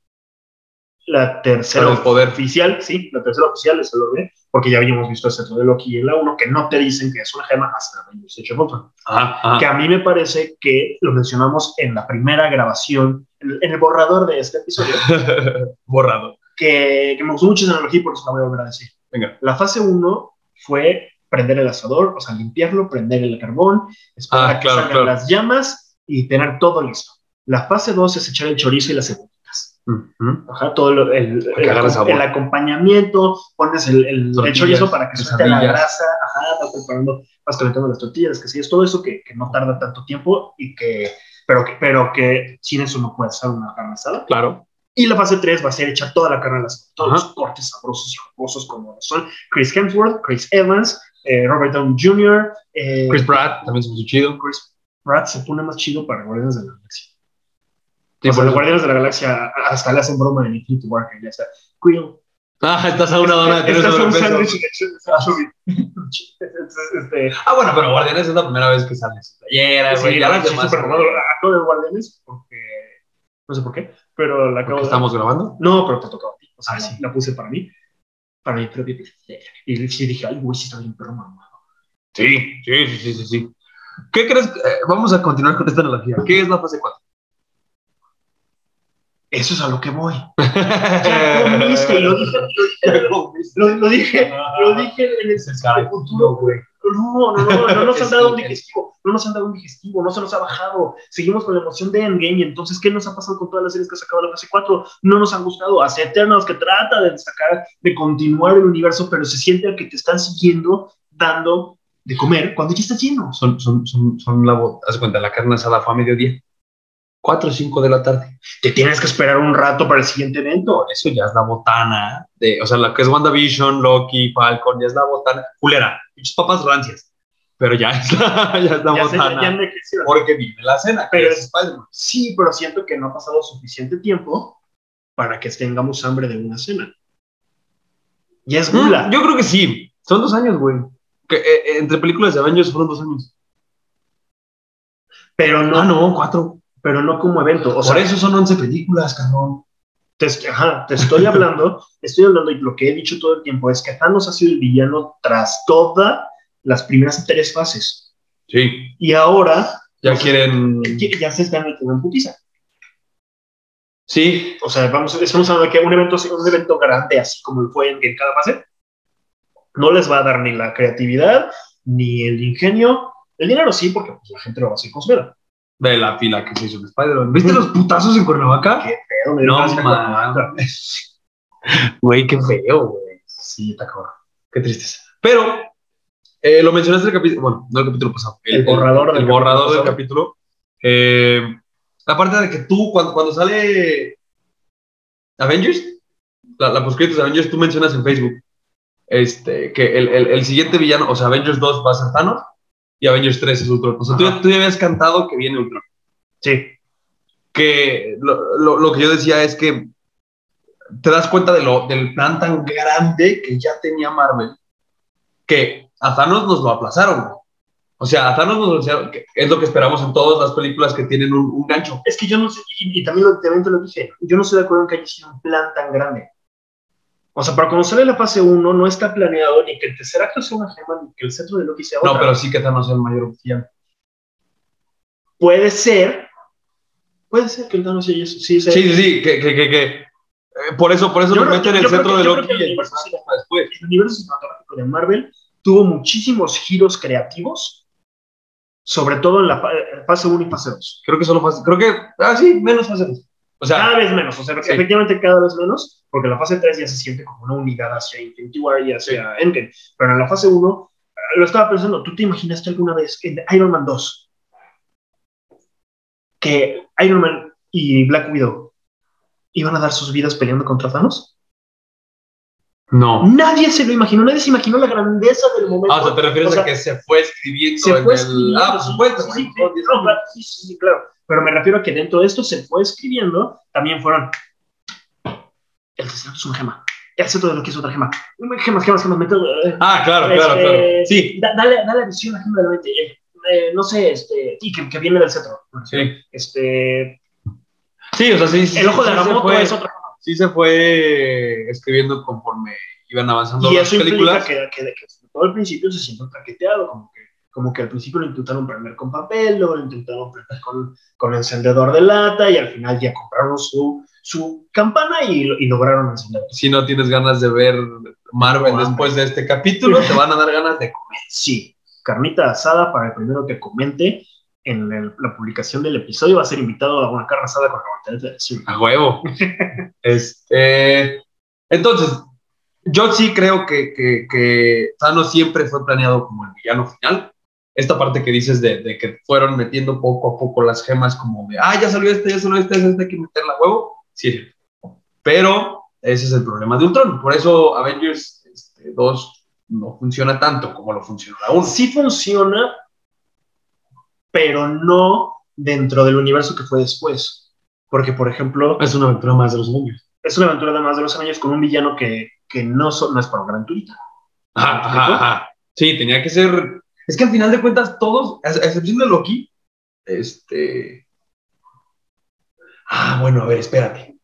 [SPEAKER 2] La tercera
[SPEAKER 1] Pero el poder.
[SPEAKER 2] oficial, sí, la tercera oficial es el orbe, porque ya habíamos visto el centro de Loki en la 1, que no te dicen que es una gema hasta la Avengers Age of Ultron.
[SPEAKER 1] Ajá,
[SPEAKER 2] que
[SPEAKER 1] ajá.
[SPEAKER 2] a mí me parece que lo mencionamos en la primera grabación, en, en el borrador de este episodio,
[SPEAKER 1] Borrado.
[SPEAKER 2] que, que me gustó mucho esa analogía y por eso la voy a volver a decir.
[SPEAKER 1] Venga.
[SPEAKER 2] La fase 1 fue prender el asador, o sea, limpiarlo, prender el carbón, esperar
[SPEAKER 1] Ah,
[SPEAKER 2] a que
[SPEAKER 1] claro,
[SPEAKER 2] salgan
[SPEAKER 1] claro.
[SPEAKER 2] las llamas y tener todo listo. La fase 2 es echar el chorizo y las cebollitas.
[SPEAKER 1] Ujú.
[SPEAKER 2] Ajá, todo lo- el,
[SPEAKER 1] Para que
[SPEAKER 2] el-
[SPEAKER 1] agarre sabor.
[SPEAKER 2] el acompañamiento, pones el, el- el
[SPEAKER 1] Tortillas,
[SPEAKER 2] chorizo para que suelte la
[SPEAKER 1] quesadillas.
[SPEAKER 2] grasa, ajá, vas preparando, vas calentando las tortillas, que sí, es todo eso que, que no tarda tanto tiempo y que, pero que, pero que sin eso no puedes hacer una carne asada.
[SPEAKER 1] Claro.
[SPEAKER 2] Y la fase 3 va a ser echar toda la carne al asado, todos
[SPEAKER 1] Ajá.
[SPEAKER 2] los cortes sabrosos y jugosos como son Chris Hemsworth, Chris Evans, eh, Robert Downey Jr., eh,
[SPEAKER 1] Chris Pratt también se puso chido.
[SPEAKER 2] Chris Pratt se pone más chido para Guardianes de la Galaxia.
[SPEAKER 1] Sí,
[SPEAKER 2] o sea,
[SPEAKER 1] por-
[SPEAKER 2] los Guardianes de la Galaxia hasta le hacen broma en Infinity War, que ya está, Quill,
[SPEAKER 1] Ah, estás a una dona de tener
[SPEAKER 2] Estás Este un
[SPEAKER 1] sobrepeso.
[SPEAKER 2] sándwich de chorizo. Este, este,
[SPEAKER 1] Ah, bueno, pero Guardianes es la primera vez que sale su playera, Ah, güey.
[SPEAKER 2] sí,
[SPEAKER 1] ya
[SPEAKER 2] la
[SPEAKER 1] las
[SPEAKER 2] verdad,
[SPEAKER 1] demás.
[SPEAKER 2] súper raro. Acabo de Guardianes porque no sé por qué, pero la acabo
[SPEAKER 1] Porque
[SPEAKER 2] de-
[SPEAKER 1] estamos grabando.
[SPEAKER 2] No, pero te tocaba a ti. O sea,
[SPEAKER 1] Ah, sí.
[SPEAKER 2] la puse para mí, para mi propia placer. Y sí dije, ay, güey, sí está bien, pero mamá.
[SPEAKER 1] Sí, sí, sí, sí, sí, sí. ¿Qué crees? que- eh, vamos a continuar con esta analogía. ¿Qué es la fase 4?
[SPEAKER 2] Eso es a lo que voy. Ya comiste, lo dije,
[SPEAKER 1] Ya comiste.
[SPEAKER 2] lo, lo dije, lo dije en el
[SPEAKER 1] Caray,
[SPEAKER 2] futuro, güey. No, no, no, no nos han dado un digestivo, no nos han dado un digestivo, no se nos ha bajado. Seguimos con la emoción de Endgame, entonces, ¿qué nos ha pasado con todas las series que ha sacado la fase 4? No nos han gustado. Hace Eternos que trata de sacar, de continuar el universo, pero se siente que te están siguiendo dando de comer cuando ya estás lleno.
[SPEAKER 1] Son, son, son, son la bo- haz de cuenta, la carne asada fue a mediodía. 4 o 5 de la tarde.
[SPEAKER 2] Te tienes que esperar un rato para el siguiente evento.
[SPEAKER 1] Eso ya es la botana. De, o sea, la que es WandaVision, Loki, Falcon, ya es la botana. Culera, muchas papas rancias. Pero ya es la, ya es la
[SPEAKER 2] Ya sé, ya-
[SPEAKER 1] botana.
[SPEAKER 2] ya envejecieron.
[SPEAKER 1] Porque vive la cena.
[SPEAKER 2] Pero
[SPEAKER 1] que
[SPEAKER 2] es-
[SPEAKER 1] Spider-Man.
[SPEAKER 2] Sí, pero siento que no ha pasado suficiente tiempo para que tengamos hambre de una cena. Ya es gula.
[SPEAKER 1] Mm, yo creo que sí. Son dos años, güey. Que, eh, eh, entre películas de Avengers fueron dos años.
[SPEAKER 2] Pero no,
[SPEAKER 1] Ah, no, cuatro.
[SPEAKER 2] pero no como evento. O
[SPEAKER 1] Por
[SPEAKER 2] sea,
[SPEAKER 1] eso son 11 películas, cabrón.
[SPEAKER 2] te, est- ajá, te estoy hablando, estoy hablando y lo que he dicho todo el tiempo es que Thanos ha sido el villano tras todas las primeras tres fases.
[SPEAKER 1] Sí.
[SPEAKER 2] Y ahora
[SPEAKER 1] Ya
[SPEAKER 2] O sea,
[SPEAKER 1] quieren.
[SPEAKER 2] ya ya se están metiendo en putiza.
[SPEAKER 1] Sí.
[SPEAKER 2] O sea, vamos, estamos hablando de que un evento, un evento grande, así como fue en, en cada fase, no les va a dar ni la creatividad, ni el ingenio. El dinero sí, porque pues, la gente lo va a seguir consumiendo.
[SPEAKER 1] Ve la fila que se hizo de Spider-Man. ¿Viste los putazos en Cuernavaca?
[SPEAKER 2] Qué feo, me dio
[SPEAKER 1] No
[SPEAKER 2] cáncer.
[SPEAKER 1] mames. Güey, qué feo, güey. Sí, está cabrón. Qué tristeza. Pero, eh, lo mencionaste en el capítulo. Bueno, no el capítulo pasado.
[SPEAKER 2] El borrador
[SPEAKER 1] del,
[SPEAKER 2] del
[SPEAKER 1] borrador
[SPEAKER 2] capítulo
[SPEAKER 1] del capítulo. Eh, la parte de que tú, cuando, cuando sale Avengers, la, la postcritos de Avengers, tú mencionas en Facebook este, que el, el- el siguiente villano, o sea, Avengers 2 va a ser Thanos y Avengers 3 es Ultron. O sea, tú,
[SPEAKER 2] Ajá.
[SPEAKER 1] tú ya habías cantado que viene Ultron
[SPEAKER 2] Sí,
[SPEAKER 1] que lo, lo- lo que yo decía es que te das cuenta de lo, del plan tan grande que ya tenía Marvel, que a Thanos nos lo aplazaron. güey. O sea, a Thanos nos lo aplazaron, que es lo que esperamos en todas las películas que tienen un, un gancho.
[SPEAKER 2] es que yo no sé, y, y también, lo, también te lo dije, yo no estoy de acuerdo en que haya sido un plan tan grande. O sea, para cuando sale la fase 1, no está planeado ni que el tercer acto sea una gema, ni que el centro de Loki sea otra.
[SPEAKER 1] No, pero sí que Thanos es el mayor villano.
[SPEAKER 2] Puede ser, puede ser que el Thanos sea eso. Sí, sí,
[SPEAKER 1] Sí, sí, sí, que, que, que, que, eh, por eso, por eso
[SPEAKER 2] Yo
[SPEAKER 1] lo
[SPEAKER 2] creo-
[SPEAKER 1] meten en
[SPEAKER 2] yo
[SPEAKER 1] el centro
[SPEAKER 2] creo que-
[SPEAKER 1] de
[SPEAKER 2] yo
[SPEAKER 1] Loki
[SPEAKER 2] creo que
[SPEAKER 1] y el
[SPEAKER 2] el universo sí.
[SPEAKER 1] después.
[SPEAKER 2] el universo cinematográfico de Marvel tuvo muchísimos giros creativos, sobre todo en la fa- fase 1 y fase 2.
[SPEAKER 1] Creo que solo fase. Creo que. Ah, sí, menos fase dos. O sea,
[SPEAKER 2] Cada vez menos, o sea,
[SPEAKER 1] Sí.
[SPEAKER 2] efectivamente cada vez menos, porque la fase 3 ya se siente como una unidad hacia Infinity War y hacia Endgame. Pero en la fase 1, lo estaba pensando, ¿tú te imaginaste alguna vez en Iron Man 2? Que Iron Man y Black Widow iban a dar sus vidas peleando contra Thanos?
[SPEAKER 1] no.
[SPEAKER 2] Nadie se lo imaginó, nadie se imaginó la grandeza del momento.
[SPEAKER 1] Ah, o sea, te refieres
[SPEAKER 2] Pues, O sea,
[SPEAKER 1] a que se fue escribiendo.
[SPEAKER 2] se
[SPEAKER 1] en
[SPEAKER 2] fue
[SPEAKER 1] el-
[SPEAKER 2] escribiendo.
[SPEAKER 1] Ah, por supuesto.
[SPEAKER 2] Sí, sí, sí, no, claro, sí, sí, sí, claro. Pero me refiero a que dentro de esto se fue escribiendo, también fueron. El asesinato es una gema. El asesinato de lo que es otra gema. Gemas, gemas, gemas. meto, eh,
[SPEAKER 1] Ah, claro, claro,
[SPEAKER 2] este,
[SPEAKER 1] claro. Sí,
[SPEAKER 2] da- dale, dale visión a la gema de la mente. eh, eh, no sé, este. Y que, que viene del cetro.
[SPEAKER 1] sí.
[SPEAKER 2] Este.
[SPEAKER 1] Sí, o sea, sí. sí,
[SPEAKER 2] El ojo de
[SPEAKER 1] sí
[SPEAKER 2] la
[SPEAKER 1] se
[SPEAKER 2] moto
[SPEAKER 1] fue-
[SPEAKER 2] es otra
[SPEAKER 1] Sí, se fue escribiendo conforme iban avanzando
[SPEAKER 2] Y
[SPEAKER 1] las
[SPEAKER 2] eso implica
[SPEAKER 1] películas.
[SPEAKER 2] que, que, que todo al principio se siente traqueteado, como que, como que al principio lo intentaron prender con papel, luego lo intentaron prender con, con encendedor de lata y al final ya compraron su, su campana y, lo- y lograron encender.
[SPEAKER 1] Si no tienes ganas de ver Marvel
[SPEAKER 2] No,
[SPEAKER 1] después de este capítulo, te van a dar ganas de comer.
[SPEAKER 2] Sí, carnita asada para el primero que comente en el- la publicación del episodio va a ser invitado a una carne asada con la mortadela de decir.
[SPEAKER 1] A huevo. este, entonces, yo sí creo que, que, que Thanos siempre fue planeado como el villano final. Esta parte que dices de, de que fueron metiendo poco a poco las gemas como de, ah, ya salió este, ya salió este, es este hay que meterla a huevo. Sí. Pero ese es el problema de Ultron. Por eso Avengers este, 2 no funciona tanto como lo funcionó la 1.
[SPEAKER 2] Sí funciona, pero no dentro del universo que fue después. Porque, por ejemplo,
[SPEAKER 1] Es una aventura más de los niños.
[SPEAKER 2] es una aventura de más de los años con un villano que, que no, so- no es para un gran turista.
[SPEAKER 1] Ajá, ajá, ajá. Sí, tenía que ser. Es que al final de cuentas, todos, a a excepción de Loki, este. Ah, bueno, a ver, espérate.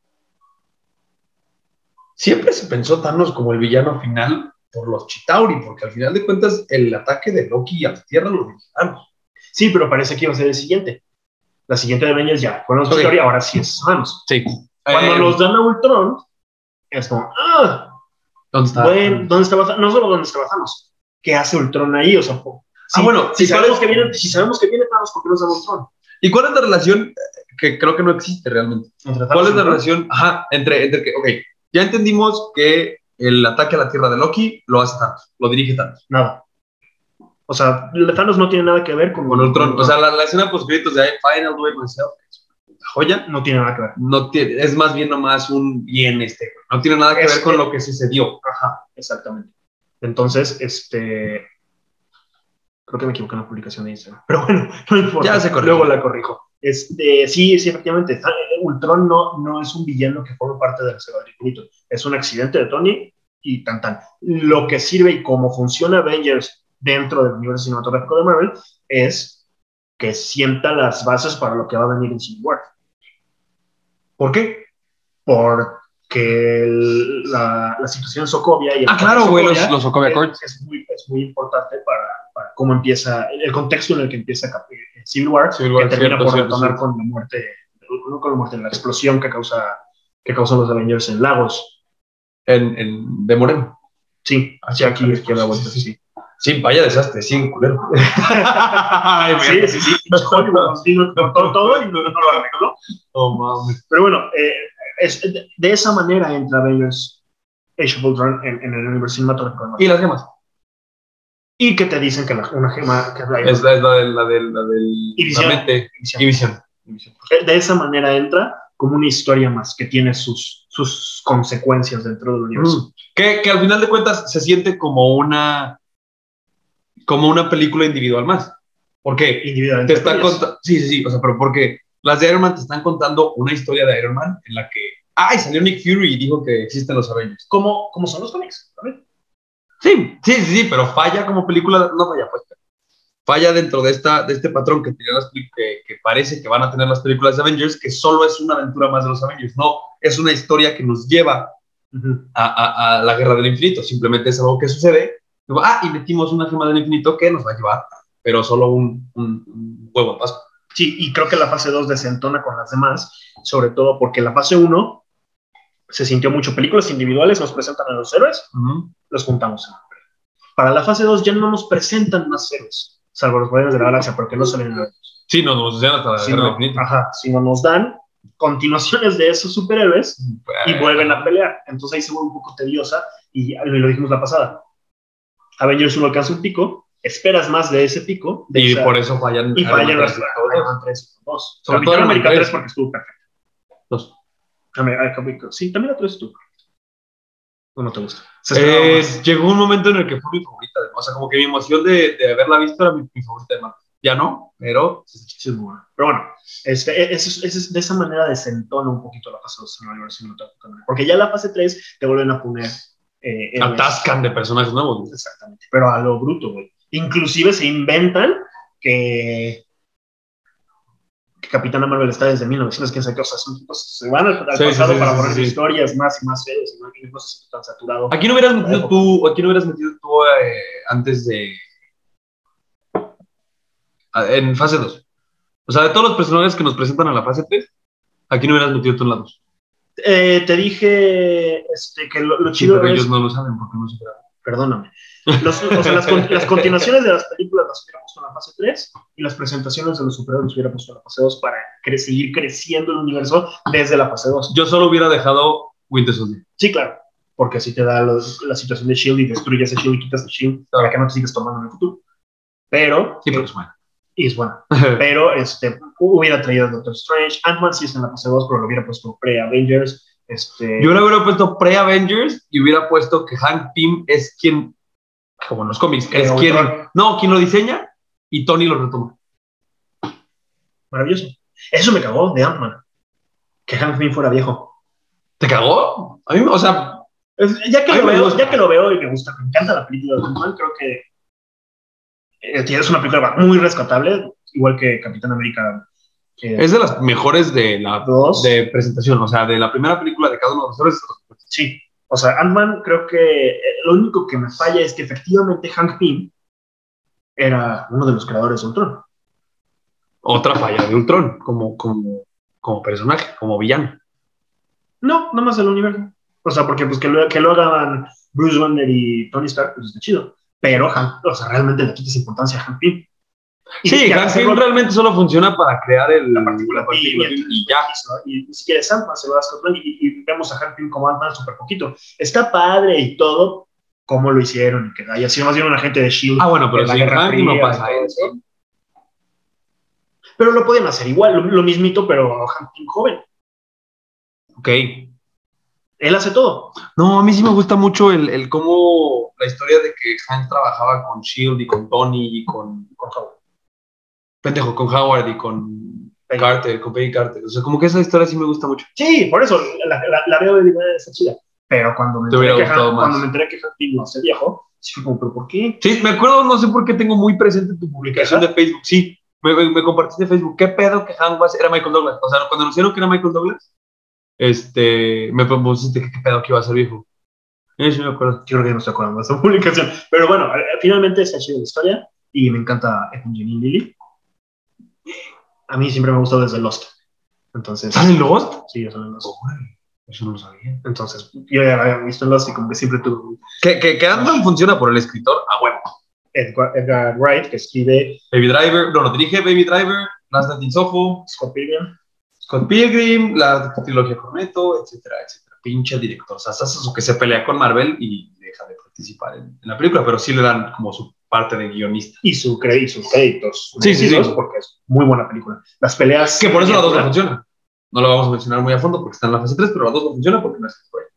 [SPEAKER 1] Siempre se pensó Thanos como el villano final por los Chitauri, porque al final de cuentas el ataque de Loki a la Tierra lo originaron.
[SPEAKER 2] Sí, pero parece que iba a ser el siguiente. La siguiente de Avengers ya, con los
[SPEAKER 1] Ok. Eh,
[SPEAKER 2] historia, ahora sí es Thanos.
[SPEAKER 1] Sí.
[SPEAKER 2] Cuando los dan a Ultron, es como, ah, mm.
[SPEAKER 1] ¿Dónde está?
[SPEAKER 2] bueno, ¿dónde estaba Thanos? No solo dónde estaba Thanos, ¿qué hace Ultron ahí? O sea, po-
[SPEAKER 1] Ah, bueno,
[SPEAKER 2] si
[SPEAKER 1] sí,
[SPEAKER 2] sabemos,
[SPEAKER 1] sabes-
[SPEAKER 2] que viene, si sabemos que viene Thanos, ¿por qué no está Ultron?
[SPEAKER 1] ¿Y cuál es la relación eh, que creo que no existe realmente?
[SPEAKER 2] Entre Thanos
[SPEAKER 1] ¿Cuál
[SPEAKER 2] y
[SPEAKER 1] es la
[SPEAKER 2] Ultron.
[SPEAKER 1] relación? Ajá, entre, entre que, ok, ya entendimos que el ataque a la Tierra de Loki lo hace Thanos, lo dirige Thanos.
[SPEAKER 2] Nada. O sea, Thanos no tiene nada que ver con,
[SPEAKER 1] Con Ultron, o sea, la, la escena post créditos de I Final Do It Myself, es una joya,
[SPEAKER 2] no tiene nada que ver.
[SPEAKER 1] no tiene, es más bien nomás un bien este, no tiene nada que
[SPEAKER 2] Es
[SPEAKER 1] ver con
[SPEAKER 2] que-
[SPEAKER 1] lo que sucedió.
[SPEAKER 2] Ajá, exactamente. Entonces, este. Creo que me equivoqué en la publicación de Instagram. Pero bueno, no importa.
[SPEAKER 1] Ya se corrigió.
[SPEAKER 2] Luego la corrijo. Este, sí, sí, efectivamente. está- Ultron no, no es un villano que forma parte de la saga del infinito. Es un accidente de Tony y tan tan. Lo que sirve y cómo funciona Avengers dentro del universo cinematográfico de Marvel es que sienta las bases para lo que va a venir en Civil War. ¿Por qué? Porque el- la, la situación en Sokovia y el
[SPEAKER 1] Ah, claro, güey, los,
[SPEAKER 2] Sokovia
[SPEAKER 1] los Sokovia Accords.
[SPEAKER 2] es, es muy, es muy importante para, para cómo empieza, el contexto en el que empieza Cap- eh, Civil War,
[SPEAKER 1] Civil War,
[SPEAKER 2] que termina
[SPEAKER 1] cierto,
[SPEAKER 2] por
[SPEAKER 1] cierto,
[SPEAKER 2] detonar
[SPEAKER 1] cierto.
[SPEAKER 2] con la muerte, no con la muerte, la explosión que causa que causan los Avengers en Lagos.
[SPEAKER 1] en, en, de Moreno.
[SPEAKER 2] Sí,
[SPEAKER 1] Ah,
[SPEAKER 2] hacia
[SPEAKER 1] sí,
[SPEAKER 2] aquí,
[SPEAKER 1] claro,
[SPEAKER 2] aquí a la
[SPEAKER 1] sí,
[SPEAKER 2] vuelta,
[SPEAKER 1] sí,
[SPEAKER 2] sí.
[SPEAKER 1] Sí, vaya desastre, sí, culero. Ay,
[SPEAKER 2] Sí, sí, sí, pinche Hollywood nos dijo que cortó todo y no, no lo arregló.
[SPEAKER 1] No mames.
[SPEAKER 2] Pero bueno, eh, es- de, de esa manera entra Avengers Age of Ultron en, en el universo cinematográfico.
[SPEAKER 1] ¿Y las gemas?
[SPEAKER 2] Y que te dicen que la- una gema que es la-
[SPEAKER 1] Es la, es la del, la del, la del,
[SPEAKER 2] Y
[SPEAKER 1] la
[SPEAKER 2] visión.
[SPEAKER 1] mente y visión. Y visión.
[SPEAKER 2] Eh, de esa manera entra como una historia más que tiene sus, sus consecuencias dentro del universo.
[SPEAKER 1] Mm. Que, que al final de cuentas se siente como una como una película individual más. Porque Mm. te
[SPEAKER 2] Individualmente. pues,
[SPEAKER 1] están
[SPEAKER 2] Ellas.
[SPEAKER 1] contando. Sí, sí, sí. O sea, pero porque las de Iron Man te están contando una historia de Iron Man en la que. ¡Ay! Salió Nick Fury y dijo que existen los Avengers.
[SPEAKER 2] como, como son los cómics. ¿sabes?
[SPEAKER 1] Sí, sí, sí, sí, pero falla como película. No falla, pues. Falla dentro de, esta, de este patrón que, tenían las peli- que, que parece que van a tener las películas de Avengers, que solo es una aventura más de los Avengers. No, es una historia que nos lleva a, a- a la guerra del infinito. Simplemente es algo que sucede. Luego, ah, y metimos una gema del infinito que nos va a llevar, pero solo un, un- un huevo de Pascua.
[SPEAKER 2] Sí, y creo que la fase 2 desentona con las demás, sobre todo porque la fase 1 se sintió mucho películas individuales, nos presentan a los héroes, los juntamos. Para la fase 2 ya no nos presentan más ceros, salvo los Guardianes de la Galaxia, porque no salen en la
[SPEAKER 1] Sí, no, nos desean hasta la
[SPEAKER 2] si
[SPEAKER 1] guerra
[SPEAKER 2] no-
[SPEAKER 1] infinita.
[SPEAKER 2] ajá, si no nos dan continuaciones de esos superhéroes y
[SPEAKER 1] Eh,
[SPEAKER 2] vuelven a pelear. Entonces ahí se vuelve un poco tediosa y ya lo dijimos la pasada. Avengers 1 alcanza un pico, esperas más de ese pico de
[SPEAKER 1] Y
[SPEAKER 2] esa-
[SPEAKER 1] por eso fallan.
[SPEAKER 2] y
[SPEAKER 1] Iron Man
[SPEAKER 2] fallan las
[SPEAKER 1] tres.
[SPEAKER 2] Iron Man 3 o 2.
[SPEAKER 1] Sobre
[SPEAKER 2] Sobre
[SPEAKER 1] todo Iron Man
[SPEAKER 2] América 3.
[SPEAKER 1] 3.
[SPEAKER 2] porque estuvo perfecto.
[SPEAKER 1] Dos.
[SPEAKER 2] Amer- Capitán América- Sí, también la 3 estuvo. No, no te gusta. Se esperaba
[SPEAKER 1] Eh,
[SPEAKER 2] más.
[SPEAKER 1] llegó un momento en el que fue mi favorita. O sea, como que mi emoción de, de haberla visto era mi, mi favorita de Marvel. Ya no, pero
[SPEAKER 2] Sí, es muy buena. Pero bueno, este, e- eso es- eso es- de esa manera desentona un poquito la fase 2 en el universo cinematográfico. Porque ya la fase 3 te vuelven a poner. eh, héroes.
[SPEAKER 1] atascan de personajes nuevos.
[SPEAKER 2] Exactamente. Pero a lo bruto, güey. Inclusive se inventan que, que Capitana Marvel está desde 1915. que, O sea, son- se van al, al
[SPEAKER 1] Sí, sí,
[SPEAKER 2] pasado
[SPEAKER 1] sí,
[SPEAKER 2] para
[SPEAKER 1] sí,
[SPEAKER 2] poner
[SPEAKER 1] sí.
[SPEAKER 2] historias más y más feos y más y no se siente tan saturado.
[SPEAKER 1] Aquí no hubieras metido tú, aquí no hubieras metido tú eh, antes de. a- En fase 2. O sea, de todos los personajes que nos presentan en la fase 3, aquí no hubieras metido tú en la 2.
[SPEAKER 2] Eh, te dije este, que lo, lo
[SPEAKER 1] Sí,
[SPEAKER 2] chido
[SPEAKER 1] pero
[SPEAKER 2] es.
[SPEAKER 1] ellos no lo saben porque no se graban.
[SPEAKER 2] Perdóname. Los- o sea, las, con- las continuaciones de las películas las hubiera puesto en la fase 3 y las presentaciones de los superhéroes las hubiera puesto en la fase 2 para cre- seguir creciendo el universo desde la fase 2.
[SPEAKER 1] Yo solo hubiera dejado Winter Soldier.
[SPEAKER 2] Sí, claro. Porque si te da los- la situación de Shield y destruyes el Shield y quitas el Shield, para que no te sigas tomando en el futuro. Pero,
[SPEAKER 1] Sí, pero es bueno.
[SPEAKER 2] y es bueno. Pero este, hubiera traído a Doctor Strange. Ant-Man sí está en la fase 2, pero lo hubiera puesto pre-Avengers. Este,
[SPEAKER 1] Yo le hubiera puesto pre-Avengers y hubiera puesto que Hank Pym es quien, como en los cómics,
[SPEAKER 2] Que
[SPEAKER 1] es quien,
[SPEAKER 2] Ultron.
[SPEAKER 1] no, quien lo diseña y Tony lo retoma.
[SPEAKER 2] Maravilloso. Eso me cagó de Ant-Man. Que Hank Pym fuera viejo.
[SPEAKER 1] ¿Te cagó? A mí, o sea,
[SPEAKER 2] Es- Ya que,
[SPEAKER 1] A mí
[SPEAKER 2] lo
[SPEAKER 1] me
[SPEAKER 2] veo,
[SPEAKER 1] gusta.
[SPEAKER 2] ya que lo veo y me gusta, me encanta la película de Ant-Man, creo que eh, es una película muy rescatable, igual que Capitán América. eh,
[SPEAKER 1] es de las mejores de la
[SPEAKER 2] dos.
[SPEAKER 1] de presentación, o sea, de la primera película de cada uno de los héroes.
[SPEAKER 2] Sí. O sea, Ant-Man creo que eh, lo único que me falla es que efectivamente Hank Pym era uno de los creadores de Ultron.
[SPEAKER 1] Otra falla de Ultron como, como, como personaje, como villano.
[SPEAKER 2] No, no más del universo. O sea, porque pues que lo, que lo hagan Bruce Banner y Tony Stark, pues está chido. Pero, Hank- o sea, realmente le quitas importancia a Hank Pym. Y
[SPEAKER 1] sí,
[SPEAKER 2] que
[SPEAKER 1] Hank
[SPEAKER 2] hace
[SPEAKER 1] Pym
[SPEAKER 2] Rocket
[SPEAKER 1] realmente solo funciona para crear el, la partícula,
[SPEAKER 2] y,
[SPEAKER 1] y, ya.
[SPEAKER 2] y ni siquiera es Ant-Man, se lo das a Scott Lang y, y vemos a Hank Pym como Ant-Man súper poquito. Está padre y todo, cómo lo hicieron y que haya sido más bien un agente de S.H.I.E.L.D.
[SPEAKER 1] Ah, bueno, pero
[SPEAKER 2] de la
[SPEAKER 1] si
[SPEAKER 2] Guerra
[SPEAKER 1] Hank Pym no
[SPEAKER 2] Fría y
[SPEAKER 1] pasa
[SPEAKER 2] todo
[SPEAKER 1] eso.
[SPEAKER 2] eso. Pero lo pueden hacer igual, lo, lo mismito, pero Hank Pym joven.
[SPEAKER 1] Ok.
[SPEAKER 2] Él hace todo.
[SPEAKER 1] No, a mí sí me gusta mucho el, el cómo la historia de que Hank trabajaba con Shield E y con Tony y con
[SPEAKER 2] Con Howard.
[SPEAKER 1] pendejo, con Howard y con
[SPEAKER 2] Peggy.
[SPEAKER 1] Carter, con Peggy Carter. O sea, como que esa historia sí me gusta mucho.
[SPEAKER 2] Sí, por eso la, la, la veo de manera esa chida. Pero cuando me,
[SPEAKER 1] Te
[SPEAKER 2] enteré
[SPEAKER 1] hubiera
[SPEAKER 2] que,
[SPEAKER 1] gustado
[SPEAKER 2] Hank,
[SPEAKER 1] más.
[SPEAKER 2] cuando me enteré que Hank Pym no se viejo, sí fue como, ¿pero por qué?
[SPEAKER 1] Sí, me acuerdo, no sé por qué tengo muy presente tu publicación de Facebook. Sí, me, me- me compartiste en Facebook. ¿Qué pedo que Hank Bass era Michael Douglas? O sea, cuando anunciaron que era Michael Douglas, este, me propusiste que qué pedo que iba a ser viejo. Eso me acuerdo.
[SPEAKER 2] Yo creo que no estoy acordando de esa publicación. Pero bueno, eh, finalmente está chida la historia y me encanta Evangeline Lily. A mí siempre me ha gustado desde Lost. Entonces,
[SPEAKER 1] ¿Sale en Lost?
[SPEAKER 2] sí, yo soy de Lost.
[SPEAKER 1] Eso no lo sabía.
[SPEAKER 2] Entonces, yo ya la había visto en Lost y como que siempre tuve un
[SPEAKER 1] Que, que, que Ant-Man funciona por el escritor. Ah, bueno.
[SPEAKER 2] Edgar, Edgar Wright, que escribe
[SPEAKER 1] Baby Driver, no, lo dirige Baby Driver, Last Night in Soho,
[SPEAKER 2] Scott Pilgrim.
[SPEAKER 1] Scott Pilgrim, la trilogía Corneto, etcétera, etcétera. Pinche director sasasazo que se pelea con Marvel y deja de participar en, en la película, pero sí le dan como su parte de guionista.
[SPEAKER 2] y, su cre- y sus créditos.
[SPEAKER 1] Sí, sí, sí.
[SPEAKER 2] merecidos, Porque es muy buena película. Las peleas.
[SPEAKER 1] Que por eso la 2 no funciona. No la vamos a mencionar muy a fondo porque está en la fase 3, pero la 2 no funciona porque no es el juego.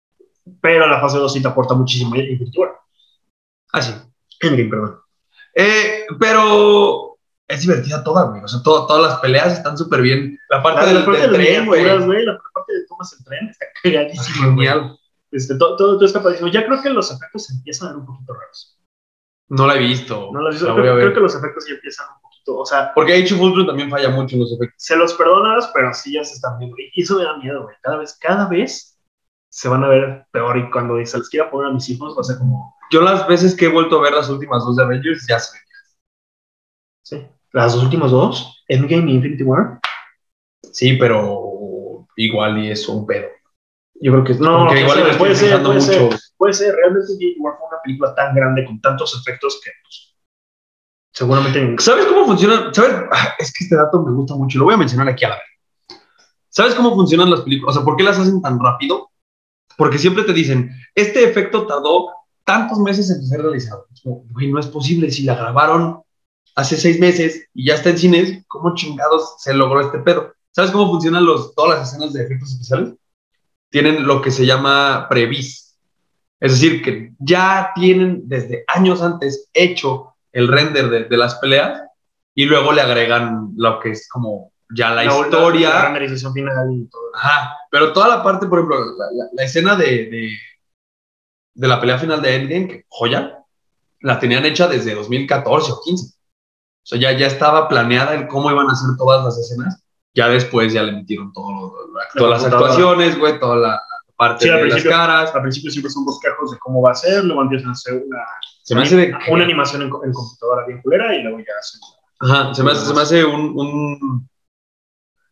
[SPEAKER 2] Ujú. Pero la fase 2 sí te aporta muchísimo en pintura.
[SPEAKER 1] Ah, sí.
[SPEAKER 2] Endgame, perdón.
[SPEAKER 1] Eh, pero es divertida toda, güey. O sea, todo- todas las peleas están súper bien. La parte
[SPEAKER 2] La,
[SPEAKER 1] del,
[SPEAKER 2] la parte de
[SPEAKER 1] del
[SPEAKER 2] las
[SPEAKER 1] tren, güey.
[SPEAKER 2] miniaturas, güey. La parte de tomas el tren está cagadísimo. güey.
[SPEAKER 1] Genial.
[SPEAKER 2] Este, todo, todo, todo está padrísimo. Ya creo que los efectos empiezan a ver un poquito raros.
[SPEAKER 1] No la he visto.
[SPEAKER 2] No los-
[SPEAKER 1] La voy a
[SPEAKER 2] creo,
[SPEAKER 1] ver.
[SPEAKER 2] creo que los efectos ya empiezan un poquito. O sea,
[SPEAKER 1] Porque Age of Ultron también falla mucho en los efectos.
[SPEAKER 2] se los perdonas, pero sí ya se están viendo. Y eso me da miedo, güey. Cada vez, cada vez se van a ver peor. Y cuando se los quiera poner a mis hijos, va a ser como.
[SPEAKER 1] Yo las veces que he vuelto a ver las últimas dos de Avengers ya sé.
[SPEAKER 2] Sí. Las dos últimas dos, Endgame y Infinity War.
[SPEAKER 1] Sí, pero igual y es un pedo.
[SPEAKER 2] Yo creo que no,
[SPEAKER 1] Aunque
[SPEAKER 2] o
[SPEAKER 1] igual
[SPEAKER 2] sea,
[SPEAKER 1] le
[SPEAKER 2] puede
[SPEAKER 1] estoy
[SPEAKER 2] ser,
[SPEAKER 1] pensando
[SPEAKER 2] puede ser,
[SPEAKER 1] mucho.
[SPEAKER 2] puede ser. Realmente Jurassic World fue una película tan grande con tantos efectos que pues, seguramente
[SPEAKER 1] ¿Sabes cómo funcionan? ¿Sabes? Ah, Es que este dato me gusta mucho. Lo voy a mencionar aquí a la vez. ¿Sabes cómo funcionan las películas? O sea, ¿por qué las hacen tan rápido? Porque siempre te dicen, este efecto tardó tantos meses en ser realizado. Es como, Güey, no es posible. Si la grabaron hace seis meses y ya está en cines, ¿cómo chingados se logró este pedo? ¿Sabes cómo funcionan los, todas las escenas de efectos especiales? Tienen lo que se llama previs. Es decir, que ya tienen desde años antes hecho el render de, de las peleas y luego le agregan lo que es como ya la, historia.
[SPEAKER 2] la renderización final y todo.
[SPEAKER 1] Ajá, pero toda la parte, por ejemplo, la, la- la escena de, de, de la pelea final de Endgame, que joya, la tenían hecha desde 2014 o 15. O sea, ya, ya estaba planeada el cómo iban a hacer todas las escenas. Ya después ya le metieron todo, lo- lo- todas las
[SPEAKER 2] computadora.
[SPEAKER 1] actuaciones, güey, toda la la parte
[SPEAKER 2] Sí, al
[SPEAKER 1] de las
[SPEAKER 2] principio-
[SPEAKER 1] caras.
[SPEAKER 2] Al principio siempre son bosquejos de cómo va a ser, luego empiezan a hacer una,
[SPEAKER 1] Se me hace de que-
[SPEAKER 2] una animación en, co- en computadora bien culera y luego ya hacen.
[SPEAKER 1] Ajá, se me hace, se me hace un, un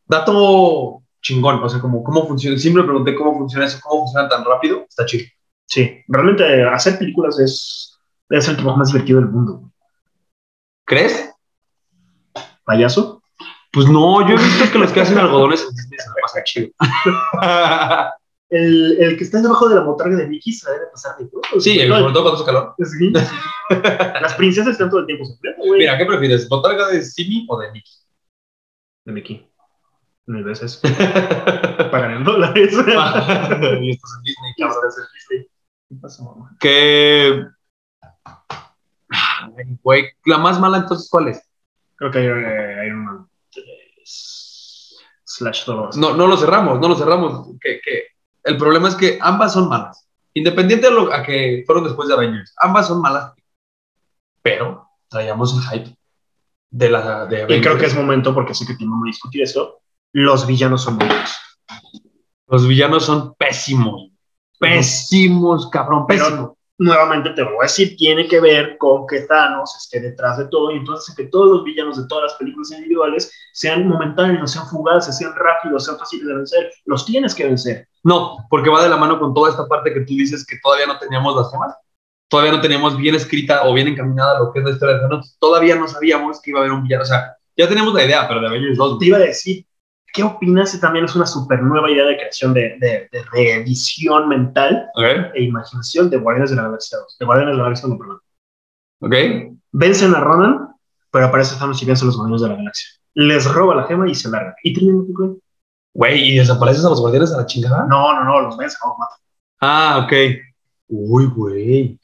[SPEAKER 1] dato chingón, o sea, como cómo funciona, siempre pregunté cómo funciona eso, cómo funciona tan rápido, está chido.
[SPEAKER 2] Sí, realmente hacer películas es, es el trabajo más divertido del mundo.
[SPEAKER 1] ¿Crees?
[SPEAKER 2] ¿Payaso?
[SPEAKER 1] Pues no, yo he visto que los que hacen algodones en Disney se la pasan chido.
[SPEAKER 2] El, el que está debajo de la botarga de Mickey se la debe pasar de huevos.
[SPEAKER 1] sí,
[SPEAKER 2] No,
[SPEAKER 1] sobre todo cuando hace calor.
[SPEAKER 2] Pues Sí. Las princesas están todo el tiempo sufriendo, güey.
[SPEAKER 1] Mira, ¿qué prefieres, botarga de Simi o de Mickey?
[SPEAKER 2] De Mickey. Mil veces. Pagan en dólares.
[SPEAKER 1] Y estás en Disney, cabrón.
[SPEAKER 2] ¿Qué pasa, mamá?
[SPEAKER 1] que... Ay, Güey, la más mala entonces, ¿cuál es?
[SPEAKER 2] Creo que hay eh, Iron Man 3 slash 2.
[SPEAKER 1] no, no lo cerramos, no lo cerramos. Que, que el problema es que ambas son malas. Independiente a, lo, a que fueron después de Avengers, ambas son malas. Pero traíamos el hype de la de
[SPEAKER 2] y
[SPEAKER 1] Avengers.
[SPEAKER 2] creo que es momento, porque sé que tu mamá discutió eso. Los villanos son buenos.
[SPEAKER 1] Los villanos son pésimos. Pésimos, cabrón,
[SPEAKER 2] Pero-
[SPEAKER 1] pésimos.
[SPEAKER 2] Nuevamente te lo voy a decir, tiene que ver con que Thanos esté detrás de todo y entonces que todos los villanos de todas las películas individuales sean momentáneos, sean fugaces, sean rápidos, sean fáciles de vencer. Los tienes que vencer.
[SPEAKER 1] No, porque va de la mano con toda esta parte que tú dices que todavía no teníamos las temas. Todavía no teníamos bien escrita o bien encaminada lo que es la historia de Thanos. Todavía no sabíamos que iba a haber un villano. O sea, ya tenemos la idea, pero de Avengers 2.
[SPEAKER 2] te iba a decir, ¿qué opinas? si También es una super nueva idea de creación, de, de- de reedición mental
[SPEAKER 1] Ok,
[SPEAKER 2] e imaginación de Guardianes de la Galaxia 2. De Guardianes de la Galaxia 1, perdón.
[SPEAKER 1] ok.
[SPEAKER 2] Vencen a Ronan, pero aparece Thanos y vence a los Guardianes de la Galaxia. Les roba la gema y se larga. ¿Y terminan con
[SPEAKER 1] Güey, ¿y desapareces a los guardianes a la chingada?
[SPEAKER 2] No, no, no, los vence, no, los mata.
[SPEAKER 1] Ah, ok. Uy, güey.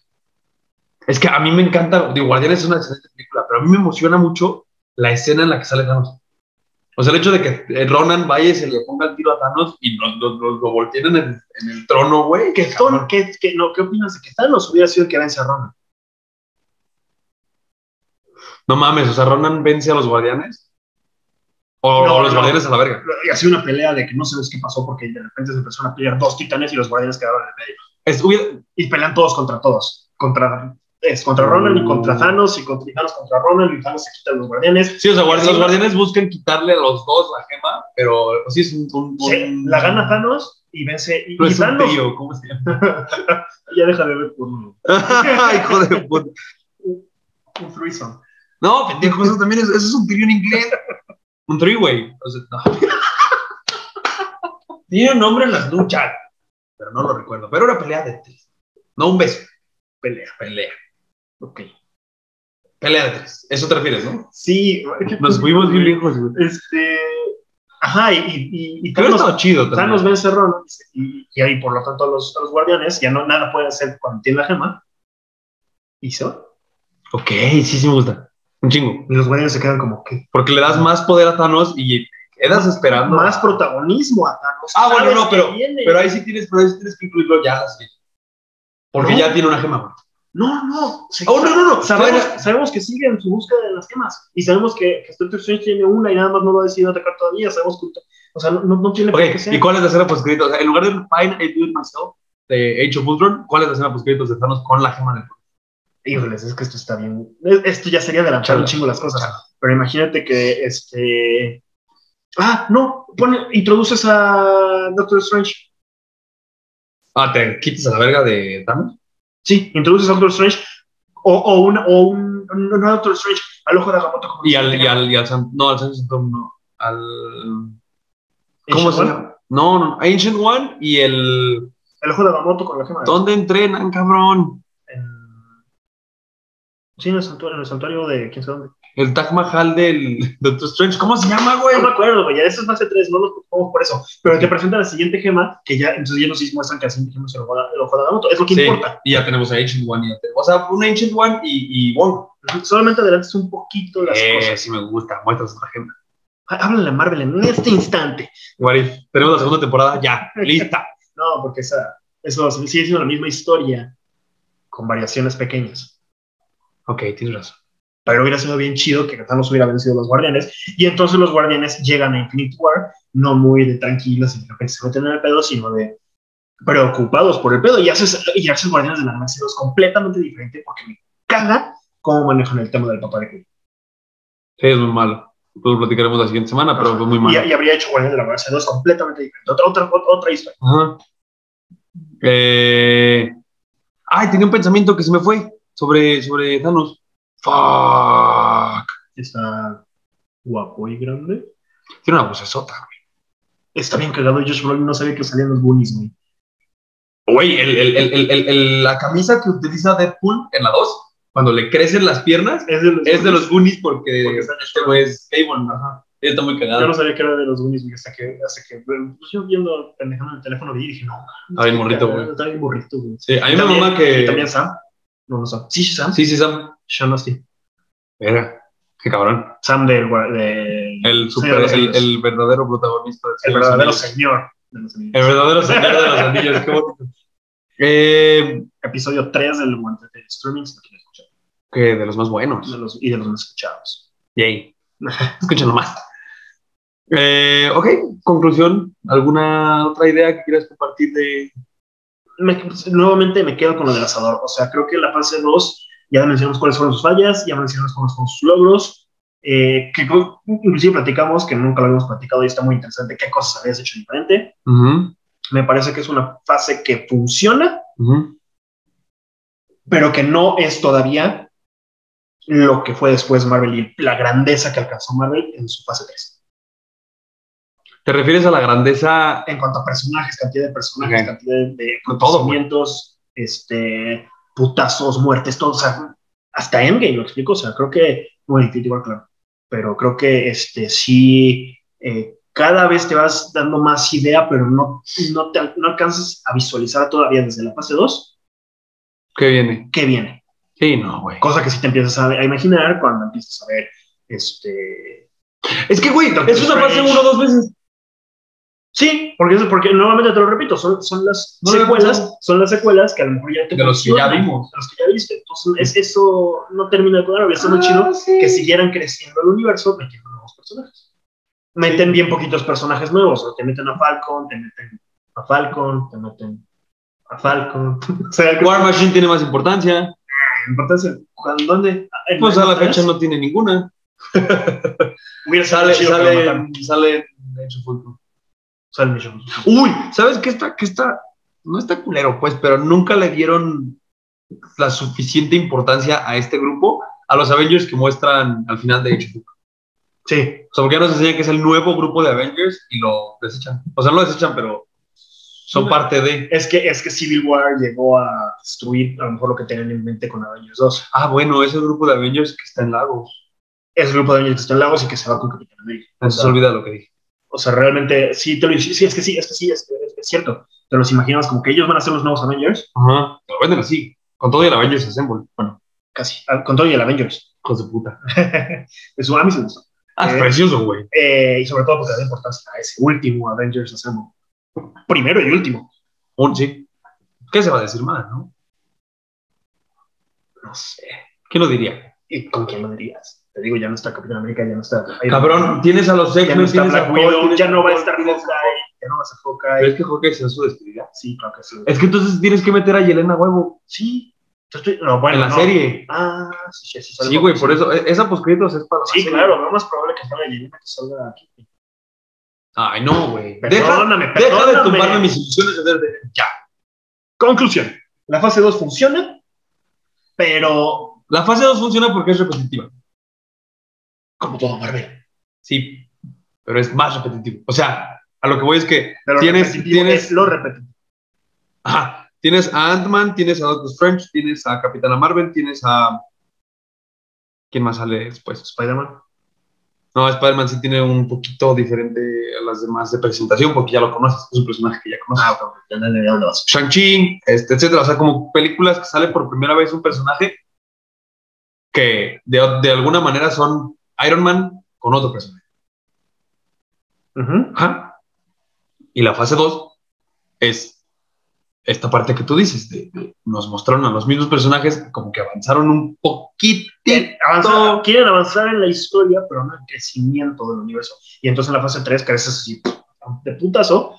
[SPEAKER 1] Es que a mí me encanta, digo, Guardianes es una excelente película, pero a mí me emociona mucho la escena en la que sale Thanos. O sea, el hecho de que eh, Ronan vaya y se le ponga el tiro a Thanos y lo, lo, lo- lo volteen en el, en el trono, güey.
[SPEAKER 2] Que
[SPEAKER 1] Cabrón.
[SPEAKER 2] Thor- que- que- no, ¿Qué opinas de que Thanos hubiera sido el que vence a Ronan?
[SPEAKER 1] No mames, o sea, Ronan vence a los guardianes. O,
[SPEAKER 2] No,
[SPEAKER 1] o los
[SPEAKER 2] no.
[SPEAKER 1] guardianes a la verga.
[SPEAKER 2] Y ha sido una pelea de que no sabes qué pasó porque de repente se empezaron a pelear dos titanes y los Guardianes quedaron en el medio.
[SPEAKER 1] Es- hubiera-
[SPEAKER 2] y pelean todos contra todos. Contra, es, contra
[SPEAKER 1] Oh.
[SPEAKER 2] Ronan y contra Thanos, y contra y Thanos contra Ronan, y Thanos se quita a los guardianes.
[SPEAKER 1] sí, o sea, guardi-
[SPEAKER 2] Sí.
[SPEAKER 1] los guardianes buscan quitarle a los dos la gema, pero sí es un. un-
[SPEAKER 2] Se-
[SPEAKER 1] un-
[SPEAKER 2] la gana Thanos y vence. Y,
[SPEAKER 1] Oh. No
[SPEAKER 2] y
[SPEAKER 1] es un
[SPEAKER 2] Thanos.
[SPEAKER 1] trío, ¿cómo se llama?
[SPEAKER 2] ya deja de ver por un,
[SPEAKER 1] Hijo de puta.
[SPEAKER 2] un threesome.
[SPEAKER 1] No, pendejo, eso también es, eso es un trío en inglés. Un three-way. O sea, no. Tiene un nombre en las luchas, pero no lo recuerdo. Pero una pelea de tres. No un beso,
[SPEAKER 2] Pelea.
[SPEAKER 1] pelea.
[SPEAKER 2] Ok.
[SPEAKER 1] Pelea de tres. Eso te refieres, ¿no?
[SPEAKER 2] Sí.
[SPEAKER 1] Nos fuimos bien lejos, güey.
[SPEAKER 2] Este. Ajá, y, y, y- y
[SPEAKER 1] Pero
[SPEAKER 2] Thanos,
[SPEAKER 1] estado chido también.
[SPEAKER 2] Thanos vence a Ronan y, y ahí, por lo tanto, a los, a los guardianes ya no nada puede hacer cuando tiene la gema. Y se va.
[SPEAKER 1] Ok, sí, sí me gusta. Un chingo.
[SPEAKER 2] Y los guardianes se quedan como que.
[SPEAKER 1] Porque le das más poder a Thanos y quedas esperando.
[SPEAKER 2] Más protagonismo a Thanos.
[SPEAKER 1] Ah, bueno,
[SPEAKER 2] Sabes
[SPEAKER 1] no,
[SPEAKER 2] que viene.
[SPEAKER 1] Pero ahí sí tienes, pero ahí sí tienes que incluirlo ya. sí. Porque
[SPEAKER 2] No.
[SPEAKER 1] ya tiene una gema. güey.
[SPEAKER 2] No, no. se-
[SPEAKER 1] Oh, no, no, no.
[SPEAKER 2] Sabemos,
[SPEAKER 1] Sabes-
[SPEAKER 2] sabemos que sigue en su búsqueda de las gemas. Y sabemos que, que Doctor Strange tiene una y nada más no lo ha decidido atacar todavía. Sabemos que. O sea, no, no- no tiene
[SPEAKER 1] Ok,
[SPEAKER 2] por qué ser.
[SPEAKER 1] ¿y cuál es la escena postcrédito? O sea, en lugar de Fine I Do It Myself de Age of Ultron, ¿cuál es la escena postcréditos de Thanos con la gema del poder?
[SPEAKER 2] Híjoles, es que esto está bien. es- Esto ya sería adelantar un
[SPEAKER 1] Chala.
[SPEAKER 2] chingo las cosas. Pero imagínate que este. Ah, no. Pone, introduces a Doctor Strange.
[SPEAKER 1] Ah, te quitas a la verga de Thanos.
[SPEAKER 2] Sí, introduces a Doctor Strange o, o un, o un, no, no a Doctor Strange, al ojo de Agamotto. como
[SPEAKER 1] Y
[SPEAKER 2] se
[SPEAKER 1] al,
[SPEAKER 2] llama.
[SPEAKER 1] y al, y al Sam- no, al Samsung Tom, no. Al. ¿Cómo se
[SPEAKER 2] One.
[SPEAKER 1] llama? No, no, Ancient One y el.
[SPEAKER 2] El ojo de Agamotto con la gema. de-
[SPEAKER 1] ¿Dónde entrenan, cabrón?
[SPEAKER 2] en- Sí, en el, santuario, en el santuario de quién sabe dónde.
[SPEAKER 1] El Taj Mahal del Doctor Strange. ¿Cómo se llama, güey?
[SPEAKER 2] No me acuerdo, güey. Ya eso es más de tres, no nos preocupamos por eso. Pero te presenta la siguiente gema, que ya, entonces ya nos muestran que la siguiente gema es el ojo de- el ojo de Agamotto. Es lo que
[SPEAKER 1] Sí,
[SPEAKER 2] importa.
[SPEAKER 1] y ya tenemos a Ancient One. y ya tenemos- o sea, un Ancient One y, y Wong.
[SPEAKER 2] Solamente adelantas un poquito las
[SPEAKER 1] Eh,
[SPEAKER 2] cosas.
[SPEAKER 1] sí me gusta. Muestras otra agenda.
[SPEAKER 2] Háblale a Marvel en este instante.
[SPEAKER 1] What if? Tenemos la segunda temporada ya. Lista.
[SPEAKER 2] No, porque esa, eso sigue siendo la misma historia con variaciones pequeñas.
[SPEAKER 1] ok, tienes razón.
[SPEAKER 2] Pero hubiera sido bien chido que Thanos hubiera vencido a los guardianes. Y entonces los guardianes llegan a Infinity War, no muy de tranquilos y no que se meten en el pedo, sino de preocupados por el pedo. Y haces, y haces Guardianes de la Galaxia 2 completamente diferente porque me caga cómo manejan el tema del papá de Quill.
[SPEAKER 1] Sí, es muy malo. Lo platicaremos la siguiente semana, pero fue muy
[SPEAKER 2] Y,
[SPEAKER 1] malo.
[SPEAKER 2] y habría hecho Guardianes de la Galaxia 2 completamente diferente. Otra, otra, otra, otra historia.
[SPEAKER 1] Ajá. Eh, Ay, tenía un pensamiento que se me fue sobre, sobre Thanos. Fuck.
[SPEAKER 2] Está guapo y grande.
[SPEAKER 1] Tiene una vocesota, güey.
[SPEAKER 2] Está bien cagado. Josh Brolin no sabía que salían los Goonies, güey.
[SPEAKER 1] Güey, el- el- el- el- el- el- la camisa que utiliza Deadpool en la 2, cuando le crecen las piernas,
[SPEAKER 2] Es de los,
[SPEAKER 1] es de los Goonies porque,
[SPEAKER 2] Porque está
[SPEAKER 1] este güey es Cable, ¿no?
[SPEAKER 2] Ajá.
[SPEAKER 1] Él está muy
[SPEAKER 2] Yo
[SPEAKER 1] cagado.
[SPEAKER 2] no sabía que era de los Goonies, güey, hasta que, hasta que pues, yo viendo, pendejando en el teléfono, vi y dije, no.
[SPEAKER 1] Está bien morrito, güey.
[SPEAKER 2] Está bien morrito, güey.
[SPEAKER 1] Sí, a mí
[SPEAKER 2] Y
[SPEAKER 1] me
[SPEAKER 2] también-
[SPEAKER 1] mama
[SPEAKER 2] y también
[SPEAKER 1] que.
[SPEAKER 2] Sam. No, no Sam. Sí, Sam.
[SPEAKER 1] Sí, sí, Sam.
[SPEAKER 2] Sean Austin.
[SPEAKER 1] Verga, qué cabrón.
[SPEAKER 2] Sam del... gua- de-
[SPEAKER 1] El, super-
[SPEAKER 2] Señor de los
[SPEAKER 1] el,
[SPEAKER 2] Anillos.
[SPEAKER 1] el verdadero protagonista. del
[SPEAKER 2] El
[SPEAKER 1] Señor de los
[SPEAKER 2] verdadero
[SPEAKER 1] Anillos.
[SPEAKER 2] señor de los Anillos.
[SPEAKER 1] El verdadero señor de los anillos, qué bonito. Eh,
[SPEAKER 2] Episodio 3 del guantete de streaming, si lo quieren escuchar.
[SPEAKER 1] que de los más buenos.
[SPEAKER 2] De los- y de los más escuchados.
[SPEAKER 1] Yay. Escuchen nomás. Eh, ok, conclusión. ¿Alguna otra idea que quieras compartir de.?
[SPEAKER 2] Me- nuevamente me quedo con lo del asador. O sea, creo que la fase 2, ya mencionamos cuáles fueron sus fallas, ya mencionamos cuáles fueron sus logros, eh, que creo- inclusive platicamos, que nunca lo habíamos platicado y está muy interesante, qué cosas habías hecho diferente.
[SPEAKER 1] Ujú,
[SPEAKER 2] Me parece que es una fase que funciona,
[SPEAKER 1] ujú.
[SPEAKER 2] pero que no es todavía lo que fue después Marvel y la grandeza que alcanzó Marvel en su fase 3.
[SPEAKER 1] ¿Te refieres a la grandeza?
[SPEAKER 2] En cuanto a personajes, cantidad de personajes,
[SPEAKER 1] Ok.
[SPEAKER 2] cantidad de, de
[SPEAKER 1] Con todo, güey.
[SPEAKER 2] acontecimientos, este, putazos, muertes, todo, o sea, hasta Endgame, lo explico, o sea, creo que, bueno, Infinity War, claro, pero creo que, este, sí, eh, cada vez te vas dando más idea, pero no, no, te, al- no alcanzas a visualizar todavía desde la fase 2
[SPEAKER 1] ¿Qué viene?
[SPEAKER 2] qué viene.
[SPEAKER 1] Sí, no, güey.
[SPEAKER 2] Cosa que sí te empiezas a, a imaginar cuando empiezas a ver este.
[SPEAKER 1] Es que, güey,
[SPEAKER 2] Doctor
[SPEAKER 1] es una fase
[SPEAKER 2] Strange.
[SPEAKER 1] uno o dos veces.
[SPEAKER 2] Sí, porque, eso- porque nuevamente te lo repito, son, son las
[SPEAKER 1] No lo había
[SPEAKER 2] secuelas, son las secuelas que a lo mejor ya te
[SPEAKER 1] De los que ya
[SPEAKER 2] funcionan,
[SPEAKER 1] vimos.
[SPEAKER 2] de los que ya viste. Entonces, es- eso no termina de cuadrar, hubiera
[SPEAKER 1] Ah,
[SPEAKER 2] sido muy chido que siguieran creciendo el universo metiendo nuevos personajes. Meten bien poquitos personajes nuevos, o te meten a Falcon, te meten a Falcon, te meten a Falcon. o sea,
[SPEAKER 1] War Machine tiene más importancia.
[SPEAKER 2] importancia, ¿cuándo- ¿dónde? ¿En-
[SPEAKER 1] Pues a la
[SPEAKER 2] en-
[SPEAKER 1] fecha no tiene ninguna.
[SPEAKER 2] Hubiera sido
[SPEAKER 1] Sale,
[SPEAKER 2] chido que lo mataran.
[SPEAKER 1] sale, sale en su fútbol.
[SPEAKER 2] Sale Mission Impossible.
[SPEAKER 1] Uy, ¿sabes qué está? Que está no está culero, pues, pero nunca le dieron la suficiente importancia a este grupo, a los Avengers que muestran al final de hecho. O
[SPEAKER 2] Sí,
[SPEAKER 1] sea, porque ya nos enseñan que es el nuevo grupo de Avengers y lo desechan. O sea, no lo desechan, pero son parte de.
[SPEAKER 2] es que, es que Civil War llegó a destruir a lo mejor lo que tenían en mente con Avengers 2.
[SPEAKER 1] Ah, bueno, es el grupo de Avengers que está en Lagos.
[SPEAKER 2] Es el grupo de Avengers que está en Lagos y que se va con Capitán América.
[SPEAKER 1] Entonces olvida lo que dije.
[SPEAKER 2] O sea, realmente, sí, te lo, sí, es que sí, es que sí, es, es- es cierto. Te los imaginas como que ellos van a ser los nuevos Avengers,
[SPEAKER 1] Ajá. Lo venden así. Con todo y el Avengers Assemble. Bueno,
[SPEAKER 2] casi, ah, con todo y el Avengers.
[SPEAKER 1] hijos de puta.
[SPEAKER 2] es un a mí se me gustó.
[SPEAKER 1] Ah, es
[SPEAKER 2] Eh.
[SPEAKER 1] precioso, güey.
[SPEAKER 2] Eh, y sobre todo porque le da importancia a ese último Avengers Assemble. Primero y último.
[SPEAKER 1] Un sí. ¿Qué se va a decir más, no?
[SPEAKER 2] No sé.
[SPEAKER 1] ¿Quién lo diría?
[SPEAKER 2] ¿Y con quién lo dirías? Te digo, ya no está Capitán América, ya no está. Iron Man.
[SPEAKER 1] Cabrón, tienes a los
[SPEAKER 2] ya
[SPEAKER 1] X-Men,
[SPEAKER 2] no está
[SPEAKER 1] tienes a
[SPEAKER 2] Black
[SPEAKER 1] Thor,
[SPEAKER 2] Widow,
[SPEAKER 1] tienes
[SPEAKER 2] ya no va a
[SPEAKER 1] Thor,
[SPEAKER 2] estar
[SPEAKER 1] tienes
[SPEAKER 2] Hawkeye, ya no va a estar Hawkeye.
[SPEAKER 1] ¿Crees que Hawkeye será su despedida?
[SPEAKER 2] Sí, claro que sí.
[SPEAKER 1] Es que entonces tienes que meter a Yelena Huevo
[SPEAKER 2] Sí. Yo estoy- no, bueno,
[SPEAKER 1] en la
[SPEAKER 2] no.
[SPEAKER 1] serie.
[SPEAKER 2] Ah, sí, sí, sí. sale
[SPEAKER 1] Sí, güey,
[SPEAKER 2] Hawkeye.
[SPEAKER 1] por eso. e- Esa poscritos es para la
[SPEAKER 2] Sí,
[SPEAKER 1] serie.
[SPEAKER 2] claro, lo más probable que salga Yelena que salga aquí.
[SPEAKER 1] Ay, no, güey. Deja,
[SPEAKER 2] Perdóname,
[SPEAKER 1] deja de
[SPEAKER 2] perdóname.
[SPEAKER 1] tumbarme mis ilusiones de ver de- Ya.
[SPEAKER 2] Conclusión. La fase 2 funciona, pero
[SPEAKER 1] La fase 2 funciona porque es repetitiva.
[SPEAKER 2] como todo Marvel.
[SPEAKER 1] Sí, pero es más repetitivo. O sea, a lo que voy es que
[SPEAKER 2] Pero
[SPEAKER 1] tienes,
[SPEAKER 2] repetitivo
[SPEAKER 1] tienes,
[SPEAKER 2] es lo repetitivo.
[SPEAKER 1] ajá, tienes a Ant-Man, tienes a Doctor Strange, tienes a Capitana Marvel, tienes a... ¿Quién más sale después?
[SPEAKER 2] Spider-Man.
[SPEAKER 1] No, Spider-Man sí tiene un poquito diferente a las demás de presentación porque ya lo conoces, es un personaje que ya conoces.
[SPEAKER 2] Ah, bueno, ya no le veo dónde vas.
[SPEAKER 1] Shang-Chi, este, etcétera. O sea, como películas que sale por primera vez un personaje que de, de alguna manera son Iron Man con otro personaje.
[SPEAKER 2] Ujú.
[SPEAKER 1] Ajá. Y la fase 2 es esta parte que tú dices, de- de- nos mostraron a los mismos personajes, como que avanzaron un poquitito.
[SPEAKER 2] Avanza- quieren avanzar en la historia, pero no en el crecimiento del universo. Y entonces en la fase 3 creces así de putazo.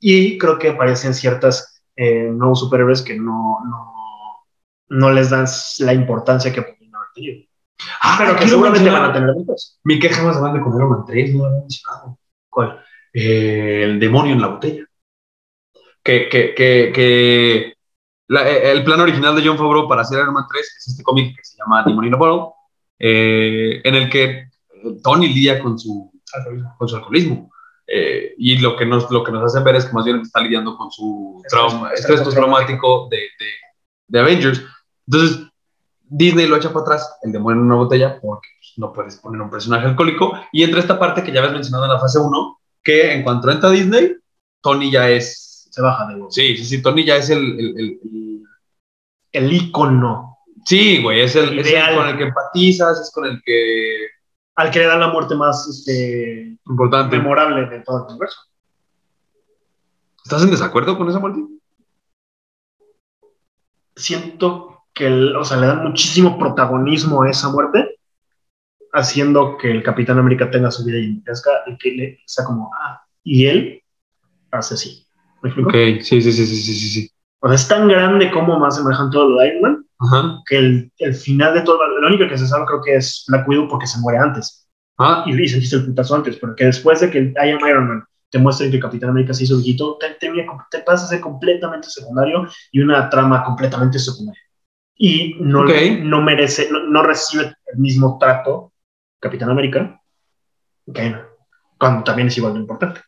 [SPEAKER 2] Y creo que aparecen ciertas eh, nuevos superhéroes que no, no, no les dan la importancia que podrían haber tenido.
[SPEAKER 1] Ah,
[SPEAKER 2] Pero que
[SPEAKER 1] quiero
[SPEAKER 2] seguramente
[SPEAKER 1] mencionar-
[SPEAKER 2] van a tener después.
[SPEAKER 1] Mi queja más grande con Iron Man 3, no lo había mencionado. ¿Cuál? Eh, el demonio en la botella. Que, que, que, que la- eh, el plan original de John Favreau para hacer Iron Man 3 es este cómic que se llama Demon in a Bottle, eh, en el que eh, Tony lidia con su con su alcoholismo. Eh, y lo que, nos, lo que nos hacen ver es que más bien está lidiando con su
[SPEAKER 2] Estrés-
[SPEAKER 1] trauma,
[SPEAKER 2] estrés
[SPEAKER 1] estrés postraumático de, de, de Avengers. Entonces, Disney lo echa para atrás, el demonio en una botella, porque pues, no puedes poner un personaje alcohólico. Y entra esta parte que ya habías mencionado en la fase 1, que en cuanto entra Disney, Tony ya es.
[SPEAKER 2] Se baja de huevo.
[SPEAKER 1] Sí, sí, sí, Tony ya es el. el- el- el-
[SPEAKER 2] El icono
[SPEAKER 1] sí, güey, es el, es el
[SPEAKER 2] Ideal.
[SPEAKER 1] con el que empatizas, es con el que.
[SPEAKER 2] al que le dan la muerte más este,
[SPEAKER 1] Importante.
[SPEAKER 2] memorable de todo el universo.
[SPEAKER 1] ¿Estás en desacuerdo con esa muerte?
[SPEAKER 2] siento que el- o sea, le dan muchísimo protagonismo a esa muerte, haciendo que el Capitán América tenga su vida gigantesca y que le sea como, ah, y él hace así. ¿Me explico?
[SPEAKER 1] sí, sí, sí, sí, sí, sí, sí.
[SPEAKER 2] O sea, es tan grande como más semejante a lo de Iron Man,
[SPEAKER 1] Ajá.
[SPEAKER 2] que el, el final de todo, lo único que se sabe creo que es Black Widow porque se muere antes
[SPEAKER 1] Ah,
[SPEAKER 2] y, y se dice el putazo antes, pero que después de que el I am Iron Man te muestren que el Capitán América se hizo viejito, te, te, te pasa a ser completamente secundario y una trama completamente secundaria. Y no,
[SPEAKER 1] Ok.
[SPEAKER 2] no merece, no, no recibe el mismo trato Capitán América que Iron Man, cuando también es igual de importante.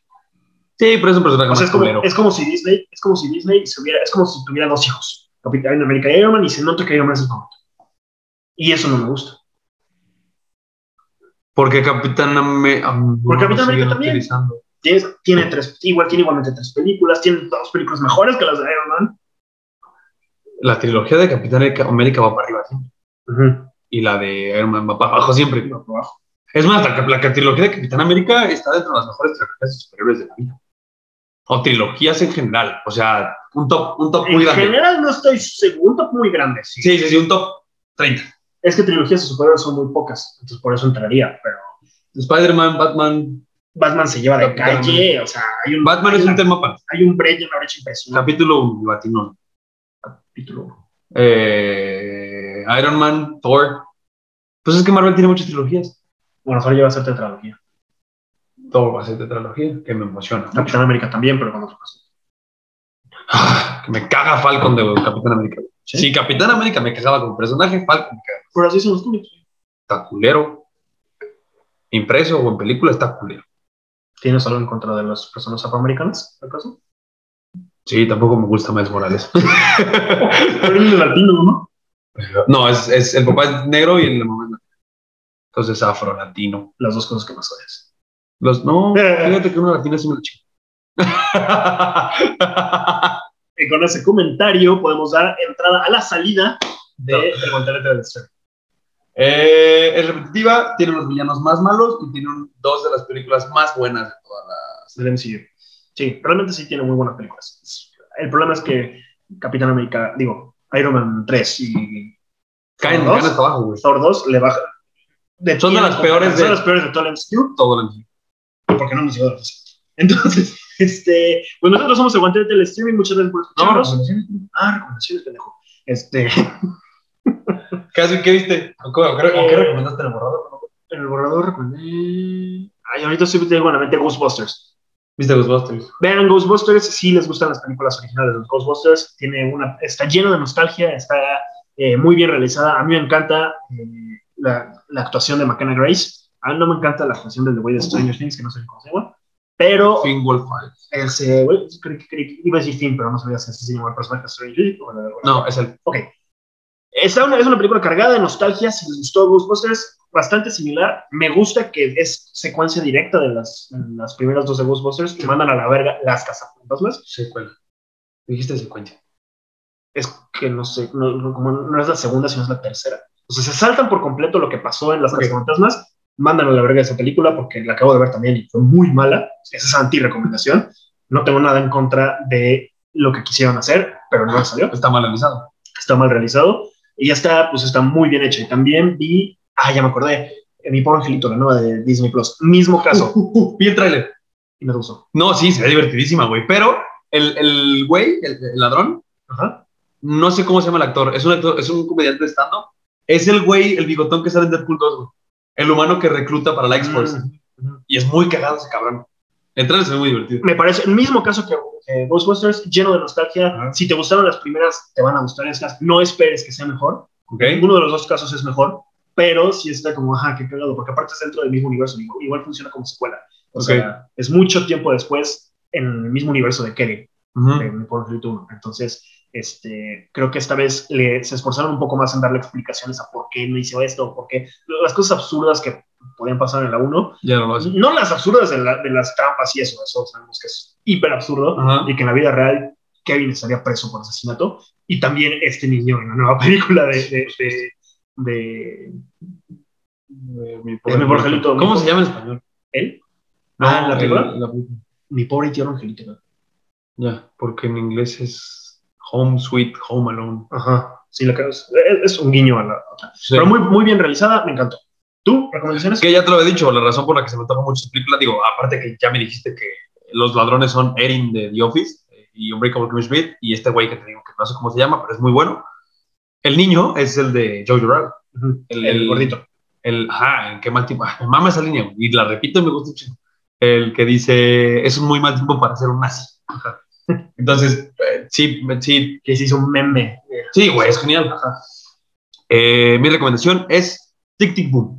[SPEAKER 1] Sí, pero es un personaje
[SPEAKER 2] O
[SPEAKER 1] más
[SPEAKER 2] sea, es como,
[SPEAKER 1] culero.
[SPEAKER 2] es como si Disney, es como si Disney se hubiera, es como si tuviera dos hijos, Capitán América y Iron Man, y se nota que Iron Man es el favorito. Y eso no me gusta.
[SPEAKER 1] Porque Capitán ah, América.
[SPEAKER 2] Porque Capitán América también. Tienes- tiene tres, igual tiene igualmente tres películas, tiene dos películas mejores que las de Iron Man.
[SPEAKER 1] La trilogía de Capitán América va para arriba siempre. Y la de Iron Man va para abajo siempre.
[SPEAKER 2] Va por abajo.
[SPEAKER 1] Es más, la, la trilogía de Capitán América está dentro de las mejores trilogías de superhéroes de la vida. O trilogías en general. O sea, un top, un top
[SPEAKER 2] En
[SPEAKER 1] muy grande.
[SPEAKER 2] general no estoy seguro, muy grande. Sí.
[SPEAKER 1] Sí, sí, sí, un top 30.
[SPEAKER 2] Es que trilogías de superhéroes son muy pocas, entonces por eso entraría, pero
[SPEAKER 1] Spider-Man, Batman.
[SPEAKER 2] Batman se lleva de
[SPEAKER 1] Capitán
[SPEAKER 2] calle, o sea, hay un,
[SPEAKER 1] Batman
[SPEAKER 2] hay
[SPEAKER 1] es un
[SPEAKER 2] una-
[SPEAKER 1] tema para.
[SPEAKER 2] hay un break y una brecha impresionante.
[SPEAKER 1] Capítulo 1, Latino.
[SPEAKER 2] Capítulo uno.
[SPEAKER 1] Eh, Iron Man, Thor. Pues es que Marvel tiene muchas trilogías.
[SPEAKER 2] Bueno, solo lleva a ser tetralogía.
[SPEAKER 1] Thor va a ser tetralogía, que me emociona.
[SPEAKER 2] Capitán América también, pero con otro caso.
[SPEAKER 1] Ah, que me caga Falcon de Capitán América.
[SPEAKER 2] ¿Sí?
[SPEAKER 1] Si Capitán América me cagaba como personaje, Falcon me caga.
[SPEAKER 2] Pero así son los cómics.
[SPEAKER 1] Está culero. Impreso o en película está culero.
[SPEAKER 2] ¿Tienes algo en contra de las personas afroamericanas, acaso?
[SPEAKER 1] Sí, tampoco me gusta Miles Morales.
[SPEAKER 2] Pero es latino, ¿no?
[SPEAKER 1] no, es, es- el papá es negro y el mamá es latina. Entonces afro, latino.
[SPEAKER 2] Las dos cosas que más odias.
[SPEAKER 1] Los, no,
[SPEAKER 2] Eh.
[SPEAKER 1] fíjate que uno latino es un chico.
[SPEAKER 2] Y con ese comentario podemos dar entrada a la salida de
[SPEAKER 1] No.
[SPEAKER 2] El Guantelete del Estreno.
[SPEAKER 1] Eh, es repetitiva, tiene unos villanos más malos y tiene un- dos de las películas más buenas de toda la.
[SPEAKER 2] del MCU. Sí, realmente sí tiene muy buenas películas. El problema es que Capitán América, digo, Iron Man 3 y
[SPEAKER 1] Caen,
[SPEAKER 2] ¿Dos?
[SPEAKER 1] caen hasta abajo, güey.
[SPEAKER 2] Thor 2 le bajan.
[SPEAKER 1] Son de las peores
[SPEAKER 2] Son
[SPEAKER 1] de-
[SPEAKER 2] las peores de todo el MCU
[SPEAKER 1] Todo el
[SPEAKER 2] porque no nos llegó la razón. Entonces, este, pues nosotros somos el guantelete del streaming. Muchas gracias por escucharnos. ah, recomendaciones, pendejo. Este,
[SPEAKER 1] Casi, ¿qué viste? ¿O qué, o qué- o qué
[SPEAKER 2] Eh,
[SPEAKER 1] recomendaste en el borrador?
[SPEAKER 2] en el borrador recomendé. Ay, ahorita sí tengo en la mente Ghostbusters.
[SPEAKER 1] ¿Viste Ghostbusters?
[SPEAKER 2] Vean Ghostbusters, si les gustan las películas originales de los Ghostbusters, tiene una, está lleno de nostalgia, está eh, muy bien realizada. A mí me encanta eh, la, la, actuación de McKenna Grace. A mí no me encanta la actuación del güey de Stranger Things, que no sé cómo se llama. Pero.
[SPEAKER 1] Finn Wolfhard.
[SPEAKER 2] Ese, güey, pues, creo, creo, creo, iba a decir Finn, pero no sabía si se llama el personaje de Stranger Things. Bueno, bueno.
[SPEAKER 1] No, es el.
[SPEAKER 2] Ok. Está una, es una película cargada de nostalgia, si les gustó Ghostbusters, bastante similar. Me gusta que es secuencia directa de las, de las primeras dos de Ghostbusters, que mandan a la verga las cazafantasmas.
[SPEAKER 1] Secuela. Dijiste secuencia.
[SPEAKER 2] Es que no sé, no, no, como no es la segunda, sino es la tercera. O sea, se saltan por completo lo que pasó en las okay. cazafantasmas, mandan a la verga esa película porque la acabo de ver también y fue muy mala. Esa es anti-recomendación. No tengo nada en contra de lo que quisieron hacer, pero
[SPEAKER 1] ¿Ah,
[SPEAKER 2] no salió.
[SPEAKER 1] Está mal realizado.
[SPEAKER 2] Está mal realizado y ya está, pues está muy bien hecha. Y también vi, ah, ya me acordé, mi pobre angelito, la nueva de Disney Plus, mismo caso.
[SPEAKER 1] Uh, uh, uh, vi el tráiler.
[SPEAKER 2] Y me gustó.
[SPEAKER 1] No, sí, se ve divertidísima, güey, pero el, el güey, el, el ladrón,
[SPEAKER 2] Ajá.
[SPEAKER 1] no sé cómo se llama el actor, es un, actor, es un comediante de stand-up, es el güey, el bigotón que sale en Deadpool 2, güey. el humano que recluta para la X-Force. -huh, -huh. Y es muy cagado ese cabrón. El tráiler se ve muy divertido.
[SPEAKER 2] Me parece el mismo caso que eh, Ghostbusters, lleno de nostalgia. Uh -huh. Si te gustaron las primeras, te van a gustar estas. No esperes que sea mejor.
[SPEAKER 1] Okay.
[SPEAKER 2] Ninguno de los dos casos es mejor, pero sí está como, ajá, qué cagado, porque aparte es dentro del mismo universo. Igual, igual funciona como secuela. O
[SPEAKER 1] Okay.
[SPEAKER 2] sea, es mucho tiempo después en el mismo universo de Kelly,
[SPEAKER 1] Uh -huh.
[SPEAKER 2] de Mi Pobre Angelito 1. Entonces, este, creo que esta vez le, se esforzaron un poco más en darle explicaciones a por qué no hizo esto, por qué las cosas absurdas que podían pasar en la 1.
[SPEAKER 1] Ya no lo hacen.
[SPEAKER 2] No las absurdas de, la- de las trampas y eso, eso sabemos que es hiper absurdo
[SPEAKER 1] Ajá.
[SPEAKER 2] y que en la vida real Kevin estaría preso por asesinato y también este niño en la nueva película de... de, de- de-
[SPEAKER 1] Eh, mi
[SPEAKER 2] Es mi pobre angelito.
[SPEAKER 1] ¿Cómo se llama en español?
[SPEAKER 2] ¿Él? Ah, ¿en la
[SPEAKER 1] el-
[SPEAKER 2] película?
[SPEAKER 1] la película.
[SPEAKER 2] Mi pobre tierno angelito. ¿no?
[SPEAKER 1] Ya, porque en inglés es Home Sweet Home Alone.
[SPEAKER 2] Ajá, sí, la que es, es un guiño a la otra. Pero muy, muy bien realizada, me encantó. ¿Tú, recomendaciones?
[SPEAKER 1] Es que ya te lo he dicho, la razón por la que se me antoja mucho esta película, digo, aparte que ya me dijiste que los ladrones son Erin de The Office eh, y Unbreakable Kimmy Schmidt y este güey que te digo que no sé cómo se llama, pero es muy bueno. El niño es el de Jojo Rabbit,
[SPEAKER 2] Ujú,
[SPEAKER 1] el-
[SPEAKER 2] El,
[SPEAKER 1] el-
[SPEAKER 2] gordito.
[SPEAKER 1] el, ajá, el que mal tiempo, ah, me mama esa línea güey, y la repito, me gusta mucho. El que dice, es un muy mal tiempo para ser un nazi. Ajá. Entonces, eh, sí, me- sí,
[SPEAKER 2] Que se hizo un meme.
[SPEAKER 1] sí, güey, es genial.
[SPEAKER 2] Ajá.
[SPEAKER 1] Eh, mi recomendación es Tic Tic Boom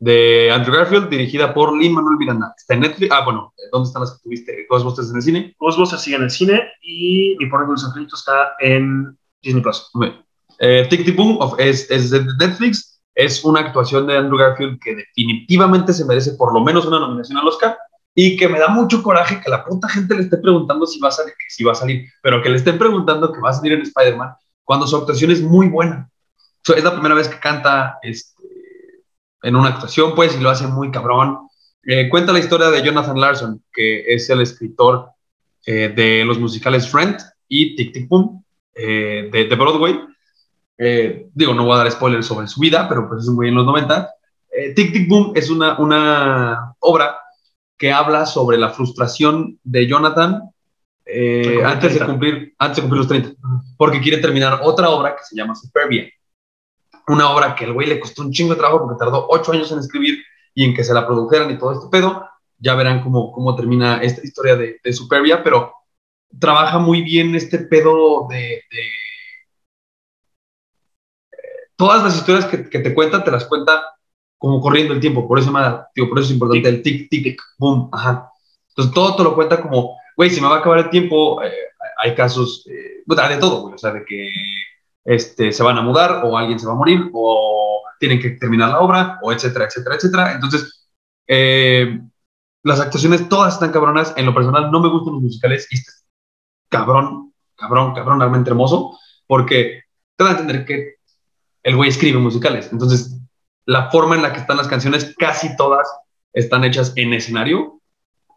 [SPEAKER 1] de Andrew Garfield, dirigida por Lin Manuel Miranda. Está en Netflix. Ah, bueno, ¿dónde están las que tuviste? Ghostbusters en el cine.
[SPEAKER 2] Ghostbusters sigue en el cine y Mi Pobre Dulce Angelito está en Disney Plus.
[SPEAKER 1] Muy bien. Eh, Tic Tic Boom of- es, es de Netflix. Es una actuación de Andrew Garfield que definitivamente se merece por lo menos una nominación al Oscar y que me da mucho coraje que la puta gente le esté preguntando si va a salir, si va a salir pero que le estén preguntando que va a salir en Spider-Man cuando su actuación es muy buena. So, es la primera vez que canta este, en una actuación, pues, y lo hace muy cabrón. Eh, cuenta la historia de Jonathan Larson, que es el escritor eh, de los musicales Friend y Tic Tic Boom eh, de, de Broadway. Eh, digo, no voy a dar spoilers sobre su vida, pero pues es un güey en los 90. Eh, Tic Tic Boom es una, una obra que habla sobre la frustración de Jonathan eh,
[SPEAKER 2] Al cumplir
[SPEAKER 1] antes, de
[SPEAKER 2] 30.
[SPEAKER 1] cumplir, antes de cumplir los 30
[SPEAKER 2] Ujú.
[SPEAKER 1] porque quiere terminar otra obra que se llama Superbia. Una obra que al güey le costó un chingo de trabajo porque tardó ocho años en escribir y en que se la produjeran y todo este pedo. Ya verán cómo, cómo termina esta historia de, de Superbia, pero trabaja muy bien este pedo de... de- eh, Todas las historias que, que te cuentan, te las cuenta como corriendo el tiempo. Por eso, me da- digo, por eso es importante el tic, tic, tic, boom. Ajá. Entonces todo te lo cuenta como, güey, si me va a acabar el tiempo, eh, hay casos eh, puta, de todo, güey. O sea, de que este, se van a mudar o alguien se va a morir o tienen que terminar la obra o etcétera, etcétera, etcétera. Entonces, eh, las actuaciones todas están cabronas. En lo personal no me gustan los musicales y este es cabrón, cabrón, cabrón, realmente hermoso porque te da a entender que el güey escribe musicales. Entonces, la forma en la que están las canciones, casi todas están hechas en escenario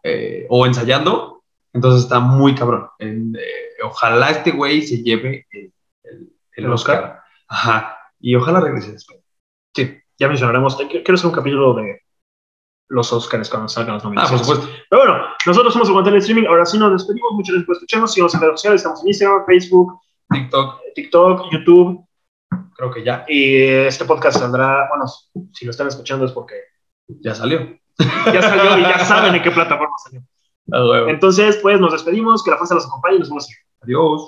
[SPEAKER 1] eh, o ensayando. Entonces está muy cabrón. En, eh, ojalá este güey se lleve el, el- el
[SPEAKER 2] El
[SPEAKER 1] Oscar.
[SPEAKER 2] Oscar.
[SPEAKER 1] Ajá. Y ojalá regrese después. Sí.
[SPEAKER 2] Ya mencionaremos, eh, te- quiero hacer un capítulo de los Oscars cuando salgan
[SPEAKER 1] Ah,
[SPEAKER 2] las
[SPEAKER 1] por
[SPEAKER 2] nominaciones.
[SPEAKER 1] supuesto.
[SPEAKER 2] Pero bueno, nosotros somos Aguantar el Streaming. Ahora sí nos despedimos. Muchas gracias por escucharnos. Síganos en redes sociales. Estamos en Instagram, Facebook,
[SPEAKER 1] TikTok,
[SPEAKER 2] TikTok, YouTube.
[SPEAKER 1] creo que ya,
[SPEAKER 2] Y eh, este podcast saldrá, bueno, si lo están escuchando es porque
[SPEAKER 1] ya salió.
[SPEAKER 2] ya salió y ya saben en qué plataforma salió.
[SPEAKER 1] Ah, bueno.
[SPEAKER 2] Entonces, pues nos despedimos, que la fuerza los acompañe y nos vemos.
[SPEAKER 1] Adiós.